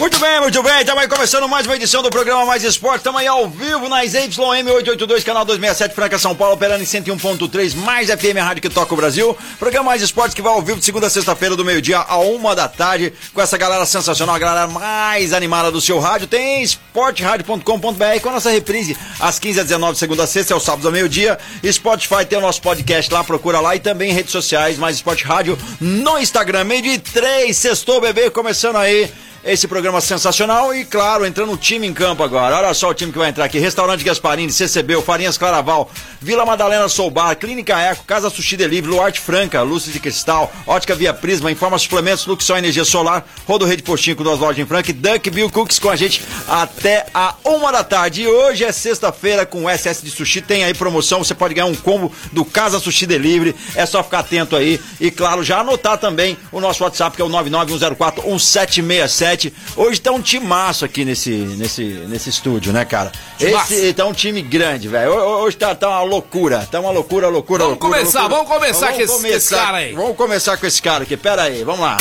Muito bem, muito bem. Estamos aí começando mais uma edição do programa Mais Esporte. Estamos aí ao vivo na ZYM882, canal 267, Franca, São Paulo, operando em 101.3, mais FM, a rádio que toca o Brasil. Programa Mais Esportes que vai ao vivo de segunda a sexta-feira, do meio-dia a uma da tarde, com essa galera sensacional, a galera mais animada do seu rádio. Tem esporteradio.com.br com a nossa reprise às 15 às 19 segunda a sexta, é o sábado ao meio-dia. Spotify tem o nosso podcast lá, procura lá e também redes sociais, Mais Esporte Rádio no Instagram. Meio de três, sextou, bebê, começando aí esse programa sensacional e, claro, entrando um time em campo agora. Olha só o time que vai entrar aqui: Restaurante Gasparini, CCB, Farinhas Claraval, Vila Madalena Soubar, Clínica Eco, Casa Sushi Delivery, Luarte Franca, Lúcio de Cristal, Ótica Via Prisma, Informa Suplementos, Luxão Energia Solar, Rodo Rede Postinho com duas lojas em Franca e Dunk Bill Cooks com a gente até a uma da tarde. E hoje é sexta-feira com o SS de Sushi, tem aí promoção, você pode ganhar um combo do Casa Sushi Delivery, é só ficar atento aí e, claro, já anotar também o nosso WhatsApp que é o 99104 1767. Hoje tá um timaço aqui nesse, nesse, nesse estúdio, né, cara? Timaço. Esse tá um time grande, velho. Ho- Hoje tá, tá uma loucura. Tá uma loucura, loucura, Vamos loucura, começar, loucura. vamos começar com esse- esse cara aí. Vamos começar com esse cara aqui. Pera aí, vamos lá.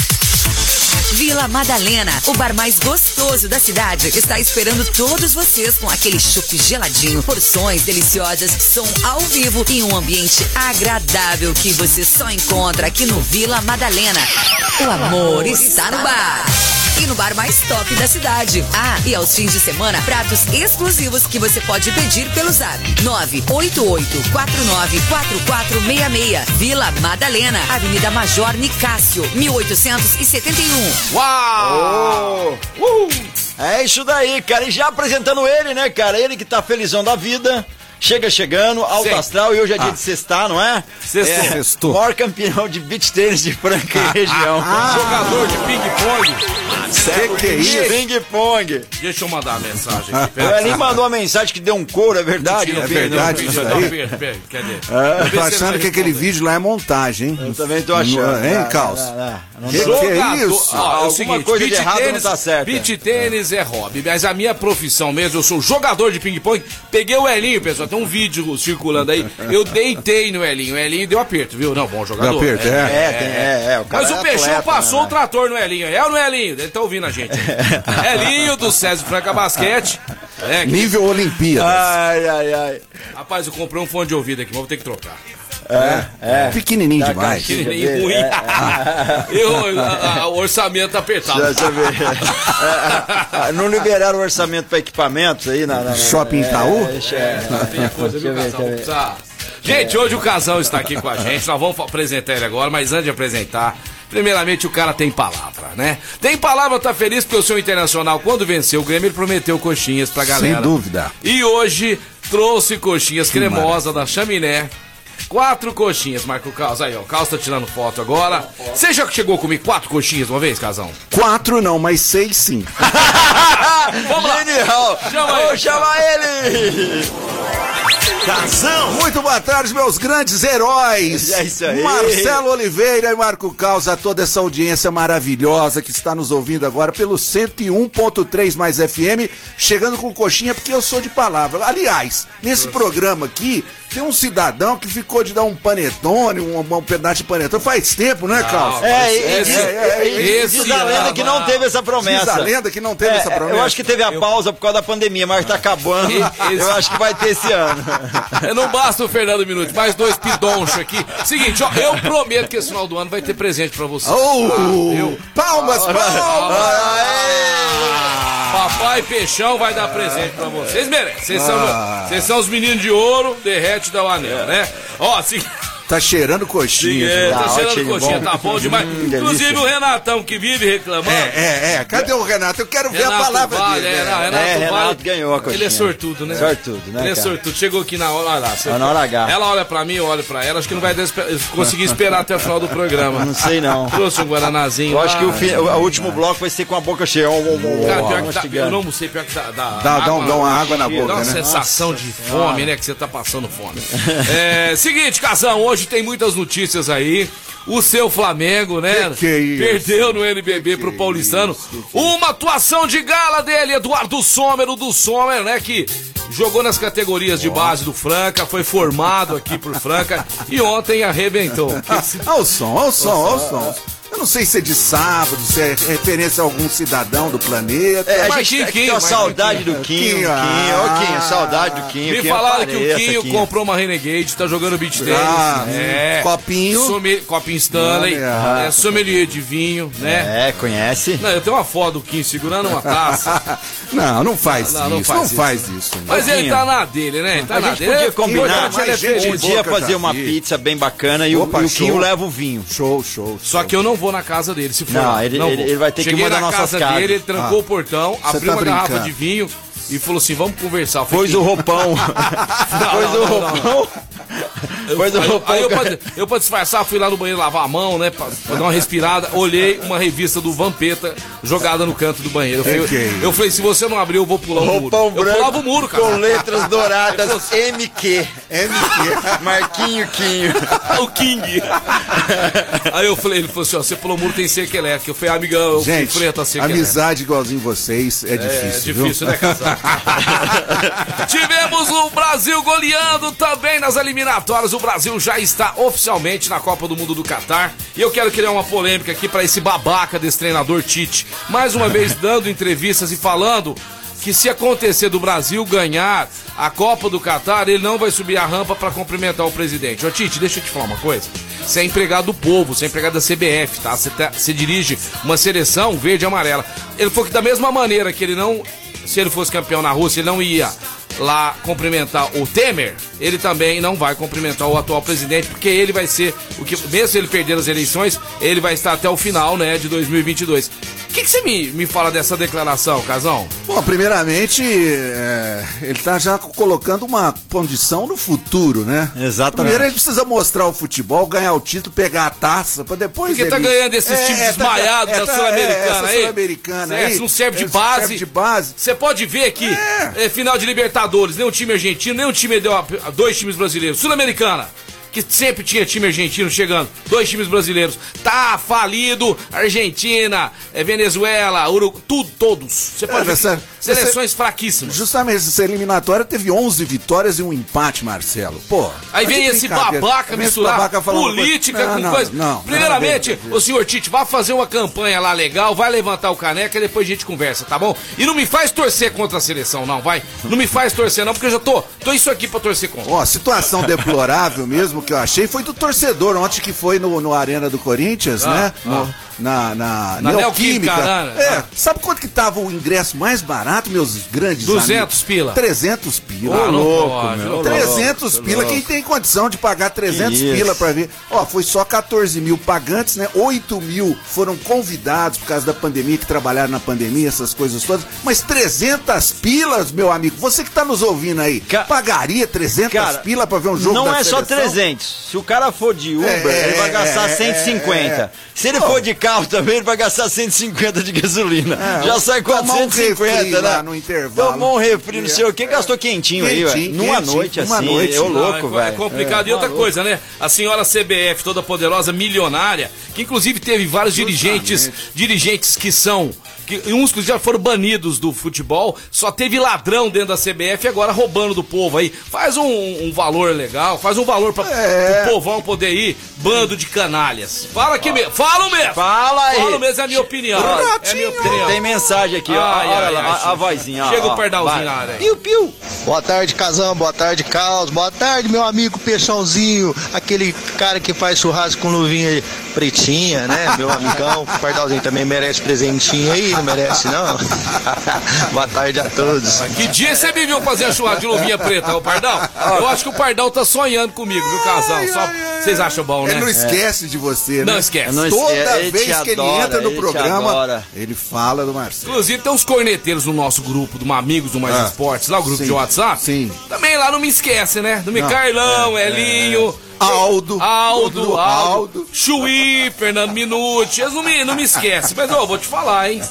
Vila Madalena, o bar mais gostoso da cidade, está esperando todos vocês com aquele chopp geladinho, porções deliciosas, som ao vivo e um ambiente agradável que você só encontra aqui no Vila Madalena. O amor está no bar. E no bar mais top da cidade. Ah, e aos fins de semana, pratos exclusivos que você pode pedir pelo zap 988494466. Vila Madalena, Avenida Major Nicásio, 1871. Uau! É isso daí, cara. E já apresentando ele, né, cara? Ele que tá felizão da vida. Chega chegando, alto Sim. astral e hoje é dia de sextar, não é? Sextou. ah, É, Sextou. Maior campeão de beach tênis de Franca e região. Oh! Jogador de ping-pong. Que que é isso? Ping pong. Deixa eu mandar a mensagem aqui. O pera. Elinho mandou uma mensagem que deu um couro, é verdade? Tira o não é vídeo, verdade tira o isso vídeo, daí? pera, pera, Cadê? Eu tô achando que aquele vídeo lá é montagem, hein? Eu também tô achando. Não, Hein, Não, Caos? não, não, não, não Que dá. que é Jogador- isso? Ó, é o Alguma seguinte, coisa de beach errado não tênis, tá certa. Beach tênis é hobby, mas a minha profissão mesmo, eu sou jogador de ping-pong. Peguei o Elinho, pessoal, tem um vídeo circulando aí. Eu deitei no Elinho, o Elinho deu aperto, viu? Não, bom jogador. né? Deu aperto, é. É, tem- é, é, o cara Mas é o Peixão atleta, passou né, o trator no Elinho. É ou não é Elinho? Ele tá ouvindo a gente. Elinho do César Franca Basquete. É, que- Nível Olimpíadas. Ai, ai, ai. Rapaz, eu comprei um fone de ouvido aqui, mas vou ter que trocar. É. Pequenininho Tá, demais. Que Deixa eu nem ver, ruim. é, Eu- a- a- o orçamento tá apertado. Deixa eu ver. É, é, é, Não liberaram o orçamento pra equipamentos aí na. na- na- Shopping é, Itaú? é, deixa- é. Tem coisa, viu, Deixa eu ver, deixa casal? eu ver. Tá. Gente, hoje o casal está aqui com a gente. Nós vamos apresentar ele agora, mas antes de apresentar, primeiramente o cara tem palavra, né? Tem palavra, tá feliz porque o seu internacional, quando venceu o Grêmio, ele prometeu coxinhas pra galera. dúvida. E hoje trouxe coxinhas cremosa da chaminé. Quatro coxinhas, Marco Caos. Aí, ó, o Caos tá tirando foto agora. Você já chegou a comer quatro coxinhas uma vez, Casão? Quatro não, mas seis sim. Vamos lá. Genial! Chama Ô, ele. chama ele! Casão. Muito boa tarde, meus grandes heróis. É isso aí. Marcelo Oliveira e Marco Caos, a toda essa audiência maravilhosa que está nos ouvindo agora pelo 101.3 mais FM, chegando com coxinha, porque eu sou de palavra. Aliás, nesse programa aqui, tem um cidadão que ficou de dar um panetone, um, um pedaço de panetone. Faz tempo, né, Caos? É, e, Esse- e- e- e- esse diz a lenda que não drama. teve essa promessa. Diz a lenda que não teve essa promessa. É, Eu acho que teve a pausa por causa da pandemia, mas tá acabando. E- esse- Eu acho que vai ter esse ano. Não basta o Fernando Minuto, mais dois pidonchos aqui. Seguinte, ó, eu prometo que esse final do ano vai ter presente pra você. Oh! eu- Palmas, palmas! Papai Peixão vai dar presente pra Ah. vocês. Merecem. Vocês são, vocês são os meninos de ouro, derrete da o anel, né? Ó, se... Tá cheirando coxinha. É, Gilberto. tá Ah, cheirando ótimo, coxinha, bom. tá bom demais. Hum, Inclusive delícia. o Renatão que vive reclamando. É, é, é. Cadê o Renato? Eu quero ver a Renato palavra Vale, dele. é, né? não, Renato, É, Renato Vale- ganhou a coxinha. Ele é sortudo, né? Sortudo, né, Ele é cara? Ah, sortudo. Chegou aqui na hora, olha lá. sortudo. na hora H. Ela olha pra mim, eu olho pra ela. Acho que não vai dar espe- conseguir esperar até o final do programa. Não sei, não. Trouxe um Guaranazinho. Eu acho lá. que o, fi- o- o último bloco vai ser com a boca cheia. Ó, ó, ó, Cara, ó, pior que tá, mastigando. eu não sei, pior que tá, dá, Dá, dá, um- dá uma na- água na boca, Dá uma né? sensação de fome, né? Que você tá passando fome. É, seguinte, Casão, hoje tem muitas notícias aí. O seu Flamengo, né? Que que é isso? é Perdeu no NBB pro Paulistano. Uma atuação de gala dele, Eduardo Sommer, o do Sommer, né? Que jogou nas categorias de base do Franca, foi formado aqui por Franca e ontem arrebentou. Olha Ah, o som, olha o som, olha o som. Eu não sei se é de sábado, se é referência a algum cidadão do planeta. É, a Mas gente Quinho, é que tem uma mas saudade do Quinho, Quinho, Quinho, Quinho, ah. Quinho, saudade do Quinho. é Me Quinho, falaram que o apareça, Quinho, comprou uma Renegade, tá jogando beat tênis. Ah, né? hum. Copinho. Sommel- Copinho Stanley. Olha. ah, é, sommelier de vinho, né? É, conhece? Não, eu tenho uma foto do Quinho segurando uma taça. Não, não faz Não, não isso. faz Não isso. faz isso. Mas ele Quinho. tá na dele, né? Ele Tá A na gente dele. podia Ele- combinar, Quinho, ele é gente um de dia boca, fazer já uma vi. pizza bem bacana e, o- Opa, e o Quinho show. leva o vinho. Show, show. Só que eu não vou na casa dele, se for. Não, ele- vou. ele- ele vai ter que Cheguei mandar na nossas casa caras. dele, ele trancou Ah. o portão, abriu tá uma brincando. garrafa de vinho e falou assim: vamos conversar. Eu falei, Pôs o roupão. Pôs não, o não, não, roupão. Pôs o Aí, eu- roupão. aí eu, pra, eu, pra disfarçar, fui lá no banheiro lavar a mão, né? Pra, pra dar uma respirada, olhei uma revista do Vampeta jogada no canto do banheiro. Eu falei, Que que é isso? eu falei, se você não abrir, eu vou pular o muro. Roupão eu branco pulava o muro, com cara. letras douradas MQ. É MQ. Marquinho Quinho. o King. aí eu falei, ele falou assim, ó, você pulou o muro, tem cerca elétrica. Eu falei, "Ah, amigão, eu Gente, enfrento a cerca elétrica. amizade igualzinho vocês assim é É difícil, viu? difícil, né, casal? Tivemos o Brasil goleando também nas eliminatórias. O Brasil já está oficialmente na Copa do Mundo do Catar. E eu quero criar uma polêmica aqui para esse babaca desse treinador Tite. Mais uma vez dando entrevistas e falando que se acontecer do Brasil ganhar a Copa do Catar, ele não vai subir a rampa para cumprimentar o presidente. Ô Tite, deixa eu te falar uma coisa. Você é empregado do povo, você é empregado da CBF, tá? Você, tá- você dirige uma seleção verde e amarela. Ele falou que da mesma maneira que ele não se ele fosse campeão na Rússia, ele não ia lá cumprimentar o Temer, ele também não vai cumprimentar o atual presidente, porque ele vai ser o que, mesmo se ele perder as eleições, ele vai estar até o final, né, de 2022. O que, que você me, me fala dessa declaração, Casão? Bom, primeiramente, é, ele tá já colocando uma condição no futuro, né? Exatamente. Primeiro ele precisa mostrar o futebol, ganhar o título, pegar a taça, pra depois Porque ele... É, tá ganhando esses times desmaiados da Sul-Americana tá, essa aí. Sul-Americana É, aí. se não serve de Ele base. Serve de base. Você pode ver que É. é, final de Libertadores, nenhum time argentino, nenhum time deu a, a dois times brasileiros. Sul-Americana, que sempre tinha time argentino chegando, dois times brasileiros. Tá falido Argentina, é, Venezuela, Uruguai, tudo, todos. Você pode É, ver. que essa- seleções fraquíssimas. Justamente essa eliminatória teve 11 vitórias e um empate, Marcelo. Pô. Aí tá de vem esse brincadeira. babaca Vem esse misturar babaca falando coisa- política Não, com não, coisa. não, não, Primeiramente, não, o senhor Tite, vá fazer uma campanha lá legal, vai levantar o caneca e depois a gente conversa, tá bom? E não me faz torcer contra a seleção, não, vai. Não me faz torcer, não, porque eu já tô, tô isso aqui pra torcer contra. Ó, situação deplorável mesmo que eu achei foi do torcedor ontem que foi no, no Arena do Corinthians, Ah, né? ah. No- na, na, Na Neoquímica. Neoquímica, né? É, sabe quanto que tava o ingresso mais barato, meus grandes 200 amigos? pila. 300 pila. Ah, não louco, pode, meu, não pode. 300 pila, quem tem condição de pagar 300 Que isso. pila pra ver? Ó, foi só 14 mil pagantes, né? 8 mil foram convidados por causa da pandemia, que trabalharam na pandemia, essas coisas todas. Mas 300 pilas, meu amigo, você que tá nos ouvindo aí, Ca- pagaria 300 Cara, pila pra ver um jogo Não da é só seleção? 300. Se o cara for de Uber, É, ele vai é, gastar é, 150. é, é. Se ele Pô. for de carro também, ele vai gastar 150 de gasolina. É, Já sai tomar um 450, refri né? lá no intervalo. É. Tomou um refri, não sei o que, gastou quentinho, aí, velho. Quentinho, Numa quentinho, noite numa assim, noite. eu Não, louco, é, velho. É complicado. e outra coisa, né? A senhora CBF, toda poderosa, milionária, que inclusive teve vários dirigentes, dirigentes que são. Que, uns que já foram banidos do futebol, só teve ladrão dentro da CBF e agora roubando do povo aí. Faz um, um valor legal, É. faz um valor pra o povão poder ir. Bando de canalhas. Fala que me, Fala mesmo! Fala aí. Falo mesmo, é a minha opinião. É a minha opinião. Tem mensagem aqui, ó. Ai, Olha ai, lá, ai, a- a, chupa. vozinha. ó, Chega o ó, pardalzinho vai. na área. Piu, piu. Boa tarde, Casão. Boa tarde, Caos. Boa tarde, meu amigo Peixãozinho. Aquele cara que faz churrasco com luvinha pretinha, né? Meu amigão. O Pardalzinho também merece presentinho aí, não merece, não? Boa tarde a todos. Que dia você me viu fazer a churrasco de luvinha preta, ô Pardal? Eu acho que o Pardal tá sonhando comigo, viu, casal? Ai, Só... ai, ai. Vocês acham bom, Ele não né? esquece de você, né? Não esquece. Não esquece, Toda ele vez te que ele adora, entra no ele te programa, adora. ele fala do Marcelo. Inclusive, tem uns corneteiros no nosso grupo, do Amigos do Mais Ah, Esportes, lá o grupo sim, de WhatsApp. sim. Também lá não me esquece, né? Do Carlão, Elinho, Aldo, Aldo. é. Aldo, Aldo, Aldo. Chuí, Fernando Minuti. Eles não me, não me esquecem, mas eu vou te falar, hein?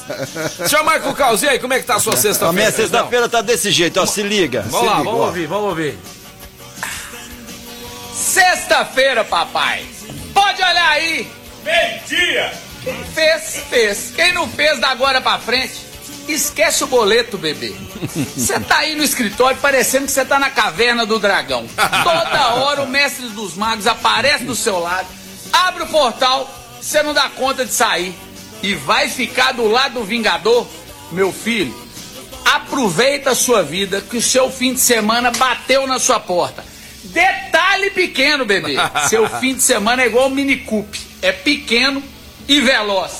Seu Marco Caos, e aí, como é que tá a sua A sexta-feira? minha sexta-feira tá desse jeito, ó. Se liga. Vamos lá, Se liga, vamos ó. ouvir, vamos ouvir. Sexta-feira, papai. Pode olhar aí. Meio-dia! Quem fez, fez. Quem não fez, da agora pra frente. Esquece o boleto, bebê. Você tá aí no escritório parecendo que você tá na caverna do dragão. Toda hora o mestre dos magos aparece do seu lado, abre o portal, você não dá conta de sair. E vai ficar do lado do Vingador, meu filho. Aproveita a sua vida, que o seu fim de semana bateu na sua porta. Detalhe pequeno, bebê. Seu fim de semana é igual um mini coupe. É pequeno e veloz.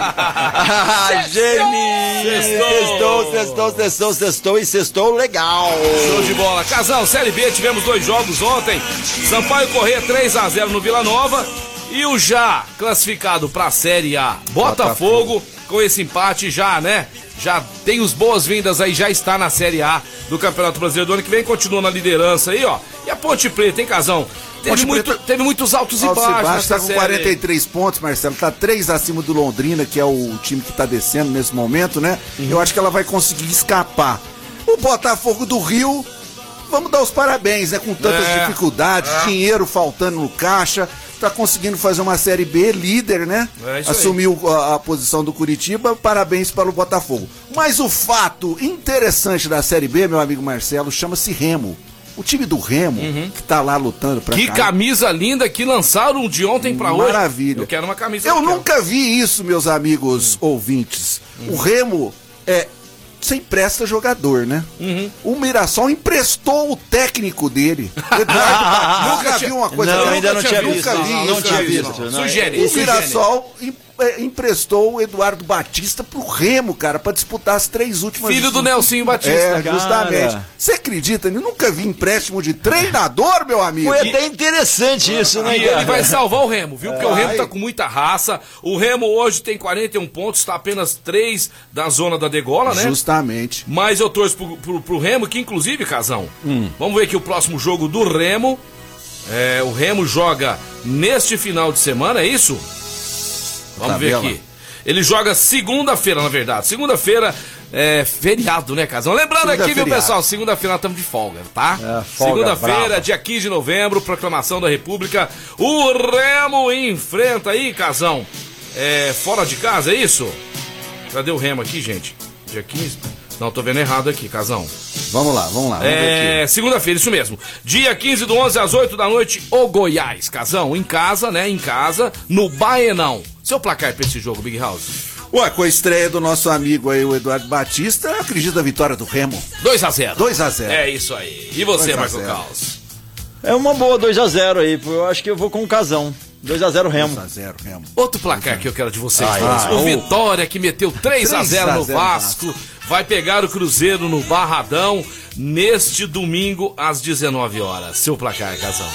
Ah, Gêmeo! Sextou, sextou, sextou, sextou e sextou legal. Show de bola. Casal, Série B, tivemos dois jogos ontem. Sampaio Corrêa 3 a 0 no Vila Nova. E o já classificado pra Série A, Botafogo, com esse empate já, né? Já tem os boas-vindas aí, já está na Série A do Campeonato Brasileiro do ano que vem, continua na liderança aí, ó. E a Ponte Preta, hein, Casão? Teve, Ponte muito- Preta- teve muitos altos, Alto e baixos. Sebastião tá nessa com série aí. 43 pontos, Marcelo. Tá 3 acima do Londrina, que é o time que tá descendo nesse momento, né? Uhum. Eu acho que ela vai conseguir escapar. O Botafogo do Rio, vamos dar os parabéns, né? Com tantas É. dificuldades, dinheiro faltando no caixa. Tá conseguindo fazer uma Série B líder, né? É isso aí. Assumiu a, a posição do Curitiba. Parabéns para o Botafogo. Mas o fato interessante da Série B, meu amigo Marcelo, chama-se Remo. O time do Remo, que tá lá lutando pra Uhum. Que cair. camisa linda que lançaram de ontem pra hoje. Maravilha. Eu quero uma camisa. Eu daquela. nunca vi isso, meus Hum. amigos ouvintes. O Remo é. Você empresta jogador, né? Uhum. O Mirassol emprestou o técnico dele. Eduardo Batista. nunca vi uma coisa Não, dessa. ainda não Nunca tinha vi, visto. nunca vi Não, isso. não tinha nunca vi, visto. não. não. Sugere. O Esse Mirassol em- é, emprestou o Eduardo Batista pro Remo, cara, pra disputar as três últimas Filho do Nelsinho Batista. É, cara. justamente. Você acredita? Eu nunca vi empréstimo de treinador, meu amigo. Foi até interessante isso, né, E ele cara? vai salvar o Remo, viu? Porque o Remo Vai. tá com muita raça. O Remo hoje tem 41 pontos, está apenas 3 da zona da degola, né? Justamente. Mas eu torço pro, pro- pro Remo, que inclusive, Casão, Hum. vamos ver aqui o próximo jogo do Remo. É, o Remo joga neste final de semana, é isso? Vamos ver Tabela. aqui. Ele joga segunda-feira, na verdade. Segunda-feira é feriado, né, Casão? Lembrando Segunda é aqui, viu, feriado. pessoal? Segunda-feira nós estamos de folga, tá? É, folga Segunda-feira, brava. dia 15 de novembro, proclamação da República. O Remo enfrenta aí, Casão. É, fora de casa, é isso? Cadê o Remo aqui, gente? Dia 15? Não, tô vendo errado aqui, Casão. Vamos lá, vamos lá. Vamos ver aqui. É, segunda-feira, isso mesmo. Dia 15 do 11 às 8 da noite, o Goiás. Casão, em casa, né? Em casa, no Baenão. Seu placar pra esse jogo, Big House? Ué, com a estreia do nosso amigo aí, o Eduardo Batista, eu acredito na vitória do Remo. 2x0. 2x0. É isso aí. E você, 2 a Marco 0. Caos? É uma boa 2x0 aí. pô. Eu acho que eu vou com o casão. 2x0 Tá Remo. 2x0, Remo. Outro Uhum. placar que eu quero de vocês. todos. ah, o oh. Vitória, que meteu 3 a 0 no 3 a 0 Vasco, vai pegar o Cruzeiro no Barradão neste domingo às 19 horas. Seu placar, Casão.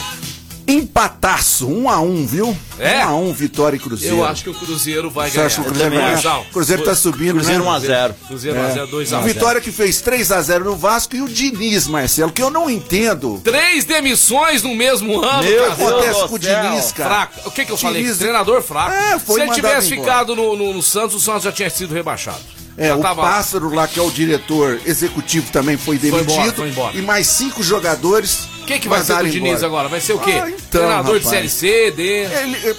Empataço, 1x1, viu? É? 1x1, vitória e Cruzeiro. Eu acho que o Cruzeiro vai Você ganhar. acha que o Cruzeiro vai ganhar? Casão, O Cruzeiro tá subindo, Cruzeiro um né? 1x0. Cruzeiro 1x0, 2x0. Vitória que fez 3x0 no Vasco e o Diniz, Marcelo, que eu não entendo. Três demissões no mesmo ano, Meu O que cara. Deus acontece do com o céu. Diniz, cara? Fraco. O que, que eu falei? Diniz- Treinador fraco. É, foi Se ele mandado tivesse embora. ficado no, no- no Santos, o Santos já tinha sido rebaixado. É, já o tava- Pássaro lá, que é o diretor executivo, também foi demitido. embora, foi embora. E mais cinco jogadores. O que, que vai ser mandaram do Diniz embora. agora? Vai ser o quê? Ah, então, Treinador de rapaz. Série C, D. Ele, eu-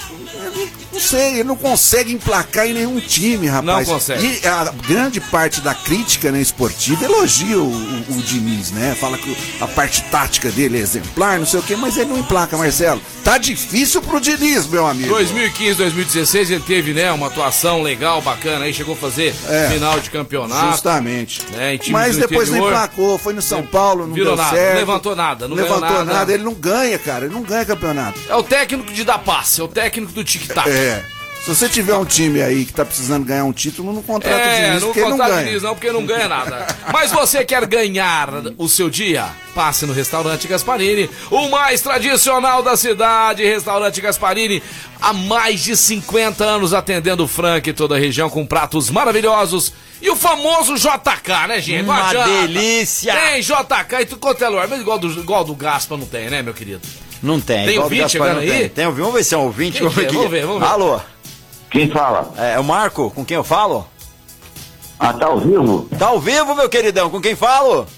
eu Não sei, ele não consegue emplacar em nenhum time, rapaz. Não consegue. E a grande parte da crítica né, esportiva elogia o, o- o Diniz, né? Fala que a parte tática dele é exemplar, não sei o quê, mas ele não emplaca, Marcelo. Tá difícil pro Diniz, meu amigo. 2015, 2016 ele teve, né, uma atuação legal, bacana, aí chegou a fazer É. final de campeonato. Justamente. É, em times Mas do depois interior, não emplacou, foi no São Paulo, não virou deu nada, certo. não levantou nada, não ganhou levantou nada. Ele não ganha, cara, ele não ganha campeonato. É o técnico de dar passe, é o técnico do tic-tac. É. Se você tiver um time aí que tá precisando ganhar um título, não contrata o É, Diniz, não porque ele não contrata o ganha. Diniz não, porque não ganha nada. Mas você quer ganhar o seu dia? Passe no Restaurante Gasparini, o mais tradicional da cidade. Restaurante Gasparini, há mais de 50 anos atendendo o Frank e toda a região com pratos maravilhosos. E o famoso JK, né, gente? Uma Não adianta. delícia. Tem JK e tudo quanto é lugar, mas igual do, igual do Gaspa não tem, né, meu querido? Não tem. Tem igual do ouvinte Gaspar, chegando não aí? Tem, tem ouvinte. Vamos ver se é um ouvinte. Quem que é? aqui. Vamos ver, vamos ver. Alô, Quem fala? é o Marco, com quem eu falo? Ah, tá ao vivo? Tá ao vivo, meu queridão, com quem falo?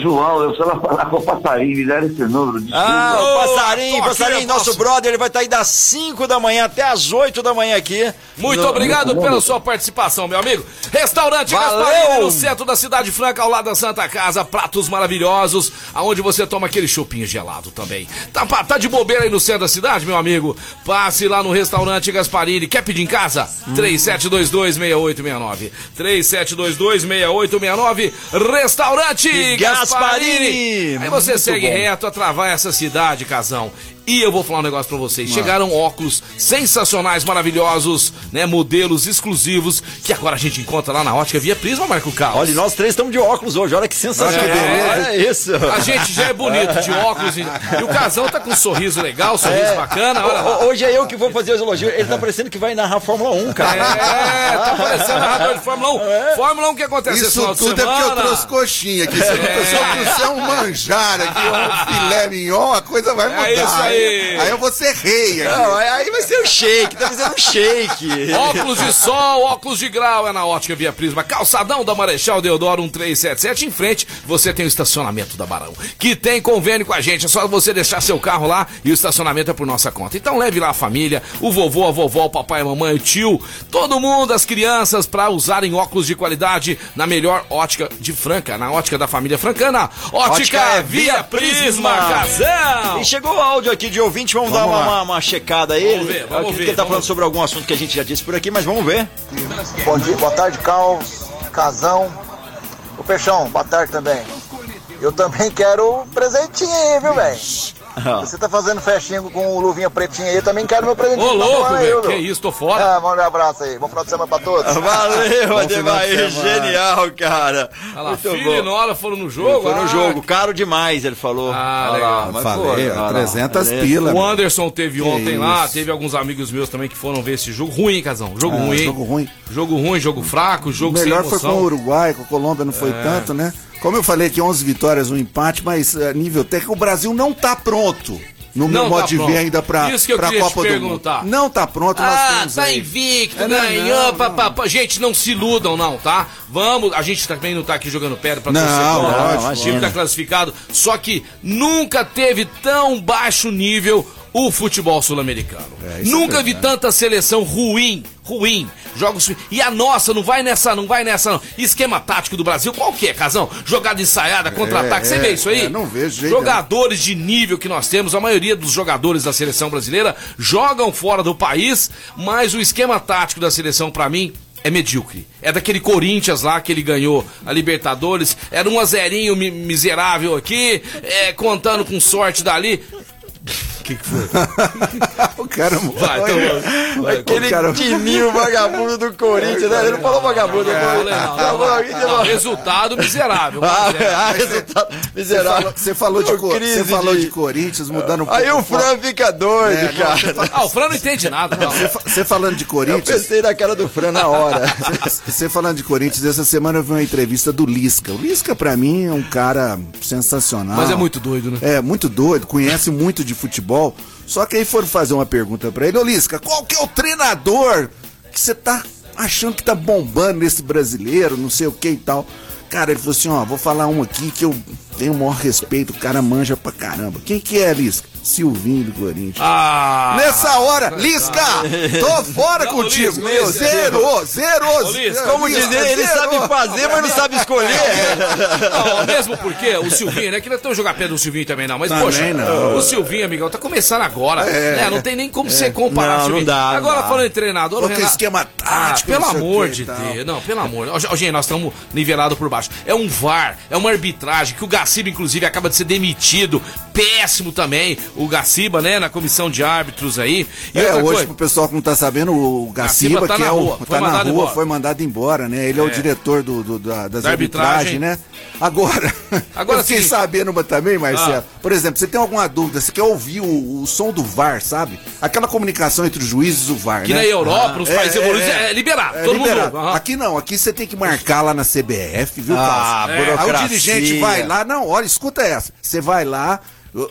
João, eu só não falar com o passarinho, me deram esse número. desculpa. Ah, Ô, o Passarinho, tô aqui, Passarinho, eu nosso posso. brother, ele vai estar aí das 5 da manhã até as 8 da manhã aqui. Muito No- obrigado pela sua participação, meu amigo. Restaurante Valeu! Gasparini, no centro da Cidade Franca, ao lado da Santa Casa. Pratos maravilhosos, aonde você toma aquele chopinho gelado também. Tá, pa- tá de bobeira aí no centro da cidade, meu amigo? Passe lá no Restaurante Gasparini. Quer pedir em casa? 3722-6869. 3722-6869. Restaurante E Gasparini. Gasparini. Aí É você Muito segue bom. reto reto através essa cidade, casão. E eu vou falar um negócio pra vocês. Chegaram óculos sensacionais, maravilhosos, né? Modelos exclusivos que agora a gente encontra lá na ótica Via Prisma, Marco Carlos. Olha, nós três estamos de óculos hoje, olha que sensacional. Olha que beleza. Olha isso. A gente já é bonito de óculos e, e o casão tá com um sorriso legal, um sorriso É. bacana. Olha lá. É. O- o- Hoje é eu que vou fazer os elogios. Ele tá parecendo que vai narrar Fórmula 1, cara. É, tá parecendo narrador de Fórmula 1. Fórmula 1 que acontece esse final É. Isso de tudo é porque eu semana. É. trouxe coxinha aqui. Se eu não trouxe- se eu trouxer um manjar aqui, um filé mignon, a coisa vai mudar. É isso aí. aí eu vou ser rei É. aqui. Não, aí vai ser um shake, tá fazendo um shake. Óculos de sol, óculos de grau, é na ótica Via Prisma. Calçadão da Marechal Deodoro 1377. Em frente, você tem o estacionamento da Barão, que tem convênio com a gente. É só você deixar seu carro lá e o estacionamento é por nossa conta. Então leve lá a família, o vovô, a vovó, o papai, a mamãe, o tio, todo mundo, as crianças, para usarem óculos de qualidade na melhor ótica de Franca, na ótica da família francana. Ótica, Ótica é Via, Via Prisma, Prisma. casão! E chegou o áudio aqui de ouvinte, vamos, dar uma, uma- uma checada aí. Vamos ver, vamos Eu acredito ver, que ele tá vamos falando ver. sobre algum assunto que a gente já disse por aqui, mas vamos ver. Bom dia, boa tarde, Caos, Casão. Ô Peixão, boa tarde também. Eu também quero um presentinho aí, viu, velho? Ah. Você tá fazendo festinha com o Luvinha Pretinha aí, eu também quero meu presentinho. Ô, Tá louco, bom aí, velho, meu. que isso, Ah, tô fora. Ah, manda um abraço aí, bom final de semana pra todos. Valeu, Adebair, final de semana. genial, cara. Olha lá, filho e nora foram no jogo. Foi ah, no jogo, caro demais, ele falou. Ah, Olha lá, legal. mas Falei, pô, ó, olha lá. 300 Beleza. pila. O Um meu. Anderson teve ontem isso. lá, teve alguns amigos meus também que foram ver esse jogo. Ruim, Casão. Jogo Ah, ruim. hein? jogo ruim. Jogo ruim, jogo fraco, jogo Melhor sem foi com emoção. É. o Uruguai, com a Colômbia não foi tanto, né? Como eu falei aqui, 11 vitórias, um empate, mas a nível técnico, o Brasil não tá pronto. No meu Não modo tá de pronto. ver ainda pra, Isso que eu pra queria te Copa do Mundo. perguntar. Não tá pronto, nós Ah, temos tá aí. invicto, É, não, ganhou, não, pá, não. pá, pá. Gente, não se iludam, não, tá? Vamos, a gente também não tá aqui jogando pedra pra Não, torcer contra, lógico, O time imagina. tá classificado, só que nunca teve tão baixo nível o futebol sul-americano. É, nunca vi tanta seleção ruim, ruim. Jogos ruim. e a nossa não vai nessa, não vai nessa não. Esquema tático do Brasil, qual que é, Casão? Jogada ensaiada, contra-ataque, Tá, você é, vê isso aí? é, não vejo jeito Jogador jogadores de nível que nós temos, a maioria dos jogadores da seleção brasileira jogam fora do país, mas o esquema tático da seleção pra mim é medíocre. É daquele Corinthians lá que ele ganhou a Libertadores, era um azerinho mi- miserável aqui, é, contando com sorte dali. o cara Vai, então, vai, Aquele cara- tininho vagabundo do Corinthians, né? Ele não falou vagabundo, ele Não, falou- né, não, Tá bom, não, alguém não, não, falou- Resultado miserável. Ah, mas é. ah, resultado miserável. Você falou, de, Ô, Cor- crise você falou de de- Corinthians, mudando um pouco. Aí o o foco. Fran fica doido, É, não, você cara. fa- Ah, o Fran não entende nada. Não. Você fa- Você falando de Eu Corinthians, pensei na cara do Fran na hora. Você falando de Corinthians, essa semana eu vi uma entrevista do Lisca. O Lisca, pra mim, é um cara sensacional. Mas é muito doido, né? É, muito doido, conhece muito de futebol. Só que aí foram fazer uma pergunta pra ele: Ô Lisca, qual que é o treinador que você tá achando que tá bombando nesse brasileiro, não sei o que e tal? Cara, ele falou assim: ó, vou falar um aqui que eu tenho o maior respeito, o cara manja pra caramba. Quem que é, Lisca? Silvinho do Corinthians. Ah! Nessa hora, Lisca! Tô fora Não, contigo! Lisca, meu, Lisca. zero, zero, Lisca, Como dizer, ele sabe fazer, mas não sabe escolher. Não, mesmo porque o Silvinho, né? Que não é tão jogar pé do Silvinho também, não. Mas, Também poxa, não. É. o Silvinho, amigão, tá começando agora. né, não tem nem como você comparar Não, o Silvinho. não dá, não agora, dá. falando em treinador, o Outro Renato... esquema tático, Ah, não pelo sei o amor que de e tal. Deus. Não, pelo amor. Ó, Ó, gente, nós estamos nivelados por baixo. É um VAR, é uma arbitragem que o Gaciba, inclusive, acaba de ser demitido. Péssimo também o Gaciba, né? Na comissão de árbitros aí. E É, outra hoje coisa- pro pessoal que não tá sabendo, o Gaciba Gaciba, tá que na é o, rua, foi tá na mandado rua, embora. foi mandado embora, né? Ele é, o diretor do, do- da, das Da arbitragem. arbitragens, né? Agora, Agora eu fiquei sim. Ah. sabendo mas também, Marcelo. Por exemplo, você tem alguma dúvida, você quer ouvir o, o som do VAR, sabe? Aquela comunicação entre os juízes e o VAR, Que né? na Europa, nos É, países é, evoluídos, é. é, liberado. É todo liberado. mundo. Aham. Aqui não, aqui você tem que marcar lá na CBF, viu, Ah, Carlos? Aí burocracia. o dirigente vai lá, não, olha, escuta essa. Você vai lá,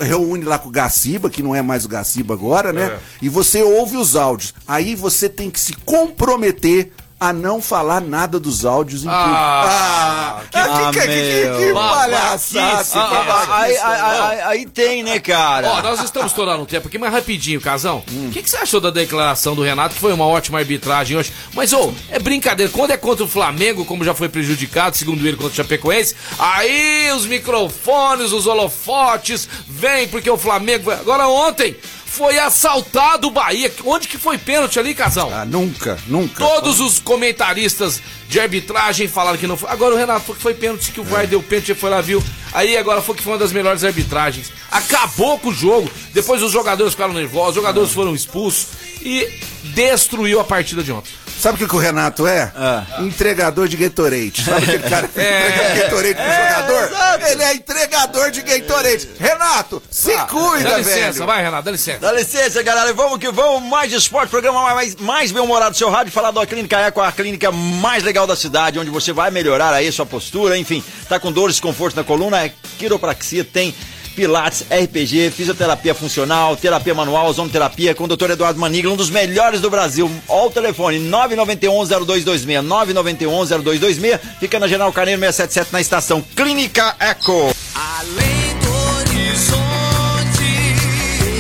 reúne lá com o Gaciba, que não é mais o Gaciba agora, né? É. E você ouve os áudios. Aí você tem que se comprometer a não falar nada dos áudios em público. Ah, ah, que, que, que, que, que meu. palhaçada! Babaquice, babaquice. Aí, aí- ah, aí- aí tem, né, Ó, cara? nós estamos estourando o tempo aqui, mas rapidinho, Casão. O que, que você achou da declaração do Renato, que foi uma ótima arbitragem hoje? Mas, ô, é brincadeira. Quando é contra o Flamengo, como já foi prejudicado, segundo ele, contra o Chapecoense, aí os microfones, os holofotes, vem porque o Flamengo... vai- Agora, ontem, foi assaltado o Bahia. Onde que foi pênalti ali, Casão? Ah, nunca, nunca. Todos os comentaristas de arbitragem falaram que não foi. Agora o Renato falou que foi pênalti, que o VAR deu pênalti, ele foi lá, viu. Aí agora foi que foi uma das melhores arbitragens. Acabou com o jogo. Depois os jogadores ficaram nervosos, os jogadores foram expulsos e destruiu a partida de ontem. Sabe o que, que o Renato é? Ah. Entregador de Gatorade. Sabe aquele cara que É. entrega Gatorade pro jogador? Ele é entregador de Gatorade. Renato, se Ah. cuida, Dá licença, velho. vai, Renato, dá licença. Dá licença, galera. Vamos que vamos. Mais esporte, programa mais, mais bem-humorado do seu rádio. Falar da Clínica Eco, a clínica mais legal da cidade, onde você vai melhorar aí sua postura. Enfim, tá com dores, desconforto na coluna? A quiropraxia tem pilates, RPG, fisioterapia funcional, terapia manual, ozonoterapia, com o Dr. Eduardo Manigla, um dos melhores do Brasil. Ó o telefone, 991-0226, 991-0226. Fica na General Carneiro 677 na estação Clínica Eco. Além do horizonte,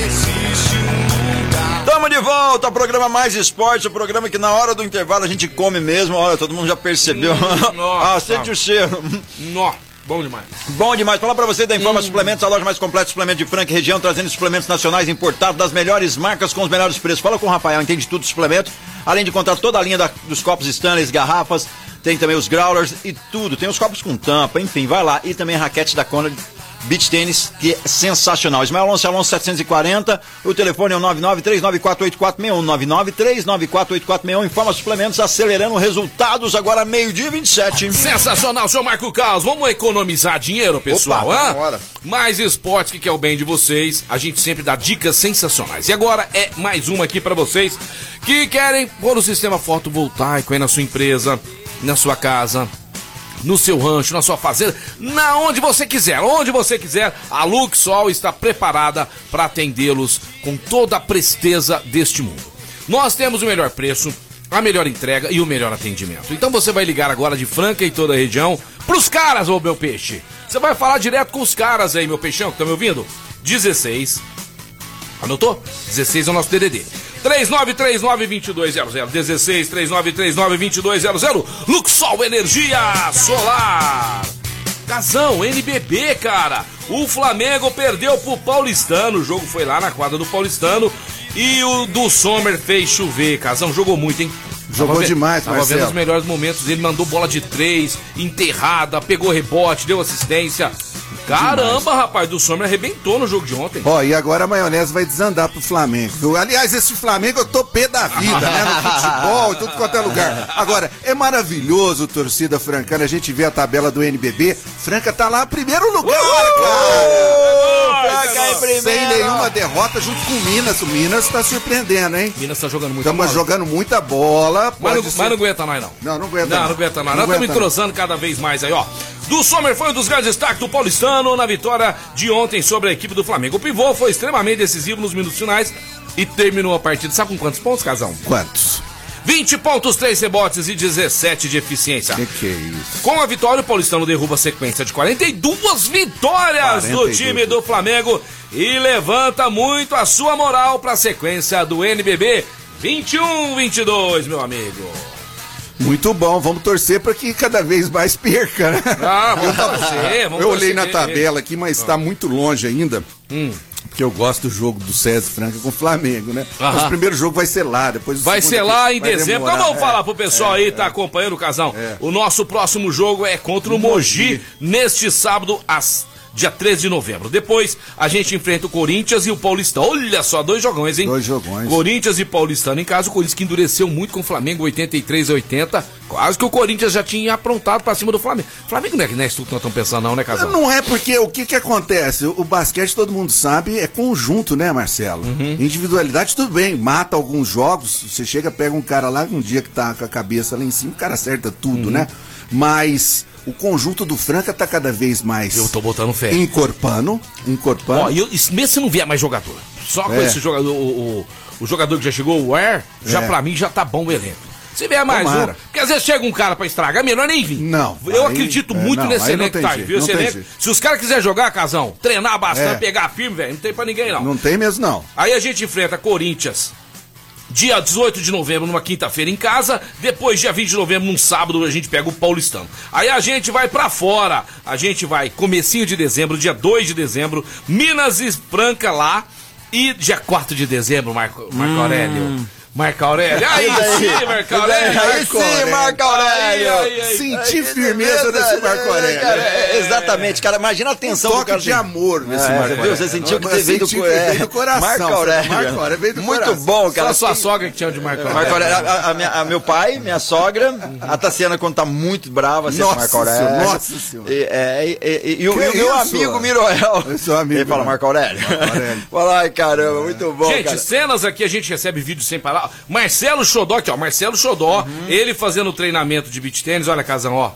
existe um mundo. Tamo de volta ao programa Mais Esporte, o programa que na hora do intervalo a gente come mesmo. Olha, todo mundo já percebeu. nossa. ah, sente o cheiro. Nó, bom demais. Bom demais. Falar pra você da Informa Suplementos, a loja mais completa de suplementos de Franca e região, trazendo suplementos nacionais importados das melhores marcas com os melhores preços. Fala com o Rafael, entende tudo de suplemento. Além de contar toda a linha da- dos copos Stanley, garrafas, tem também os growlers e tudo. Tem os copos com tampa, enfim, vai lá. E também raquete da Conrad Beach Tênis, que é sensacional. Ismael Alonso, Alonso 740, o telefone é o 993948461, 993948461. Informa Suplementos, acelerando resultados agora meio-dia e 27. Sensacional, seu Marco Carlos. Vamos economizar dinheiro, pessoal, Opa, hã? Mais esporte que é o bem de vocês. A gente sempre dá dicas sensacionais. E agora é mais uma aqui pra vocês que querem pôr o sistema fotovoltaico aí na sua empresa, na sua casa. No seu rancho, na sua fazenda, na onde você quiser, onde você quiser, a Luxol está preparada para atendê-los com toda a presteza deste mundo. Nós temos o melhor preço, a melhor entrega e o melhor atendimento. Então você vai ligar agora de Franca e toda a região pros caras, ô meu peixe. Você vai falar direto com os caras aí, meu peixão, que tá me ouvindo? 16. Anotou? 16 é o nosso DDD. 3939-2200. 16 3939-2200. Luxol Energia Solar. Casão, NBB, cara. O Flamengo perdeu pro Paulistano. O jogo foi lá na quadra do Paulistano. E o do Sommer fez chover. Casão jogou muito, hein? Jogou ve- demais, Tava Marcelo. vendo os melhores momentos. Ele mandou bola de três, enterrada, pegou rebote, deu assistência. Caramba, rapaz, do Sommer arrebentou no jogo de ontem. Ó, e agora a maionese vai desandar pro Flamengo. viu? Aliás, esse Flamengo eu tô pé da vida, né? No futebol, em tudo quanto é lugar. Agora, é maravilhoso, torcida francana. A gente vê a tabela do NBB. Franca tá lá em primeiro lugar, cara! Franca em primeiro! Sem nenhuma derrota, junto com o Minas. O Minas tá surpreendendo, hein? Minas tá jogando muito Estamos mal. jogando muita bola. Mas não, pode ser- mas não aguenta nós, não. Não, não aguenta Não, não. não aguenta nós. Nós Não estamos aguenta não. entrosando cada vez mais aí, ó. Do Sommer foi um dos grandes destaques do paulistano na vitória de ontem sobre a equipe do Flamengo. O pivô foi extremamente decisivo nos minutos finais e terminou a partida. Sabe com quantos pontos, Casão? Quantos? 20 pontos, 3 rebotes e 17 de eficiência. Que que é isso? Com a vitória, o Paulistano derruba a sequência de 42 vitórias do 42. time do Flamengo e levanta muito a sua moral para a sequência do NBB 21-22, meu amigo. Muito bom, vamos torcer para que cada vez mais perca, né? Ah, vamos torcer, vamos Eu torcer. olhei Hum. na tabela aqui, mas está muito longe ainda. Porque eu gosto do jogo do César Franca com o Flamengo, né? Aham. Mas o primeiro jogo vai ser lá, depois o Vai segundo ser lá aqui em vai dezembro. demorar. então vamos É. falar pro pessoal aí, tá acompanhando o casal. É. O nosso próximo jogo é contra o Mogi, Mogi. neste sábado, às dia 13 de novembro. Depois a gente enfrenta o Corinthians e o Paulistão. Olha só, dois jogões, hein? Dois jogões. Corinthians e Paulistano em casa. O Corinthians que endureceu muito com o Flamengo 83 a 80. Quase que o Corinthians já tinha aprontado pra cima do Flamengo. Flamengo não é, não é isso que nós estamos pensando, não, né, casal? Não é porque o que que acontece? O basquete, todo mundo sabe, é conjunto, né, Marcelo? Individualidade, tudo bem, mata alguns jogos, você chega, pega um cara lá, um dia que tá com a cabeça lá em cima, o cara acerta tudo, né? Mas o conjunto do Franca tá cada vez mais Eu tô botando fé. encorpando, encorpando. Ó, e eu, e mesmo se não vier mais jogador, só com É. esse jogador, o, o- o jogador que já chegou, o Air, já É. pra mim já tá bom o elenco. Se vier mais Tomara. um, porque às vezes chega um cara pra estragar, melhor nem vir. Não, Eu aí- acredito é, muito não, nesse aí não elenco que tem tá aí, jeito, viu? Esse não tem elenco, jeito. se os caras quiserem jogar, Casão, trenar bastante, É. pegar firme, velho, não tem pra ninguém não. Não tem mesmo, não. Aí a gente enfrenta Corinthians. Dia 18 de novembro, numa quinta-feira em casa. Depois, dia 20 de novembro, num sábado, a gente pega o Paulistão. Aí a gente vai pra fora. A gente vai, comecinho de dezembro, dia 2 de dezembro, Minas e Franca lá. E dia 4 de dezembro, Marco, Marco Hum. Aurélio. Marco Aurélio. Aí sim, Marco Aurélio. Aí sim, Marco Aurélio. Aí, aí, aí. Senti firmeza nesse Marco Aurélio. Cara, é, exatamente, cara. Imagina a tensão do Um toque cara. de amor nesse É, Marco você viu? Aurélio. Você sentiu que Eu você veio do, senti que co- é, veio do coração. Marco sabe? Aurélio. Marco Aurélio veio do Muito coração. bom, Só cara. tá a sua sogra que tinha de Marco Aurélio. Marco Aurélio, a, a minha- a meu pai, minha sogra, a Tassiana, quando tá muito brava, você Uhum. Nossa Marco Aurélio. Senhora, nossa Senhora. E, é, e- e- e o Que meu isso, amigo ó. Miroel. Eu sou amigo, Ele fala né? Marco Aurélio. Marco Aurélio. fala, ai caramba, muito bom, Gente, cara. cenas aqui, a gente recebe vídeo sem parar. Marcelo Xodó, aqui, ó. Marcelo Xodó, Uhum. ele fazendo treinamento de beach tênis. Olha, Casão, ó.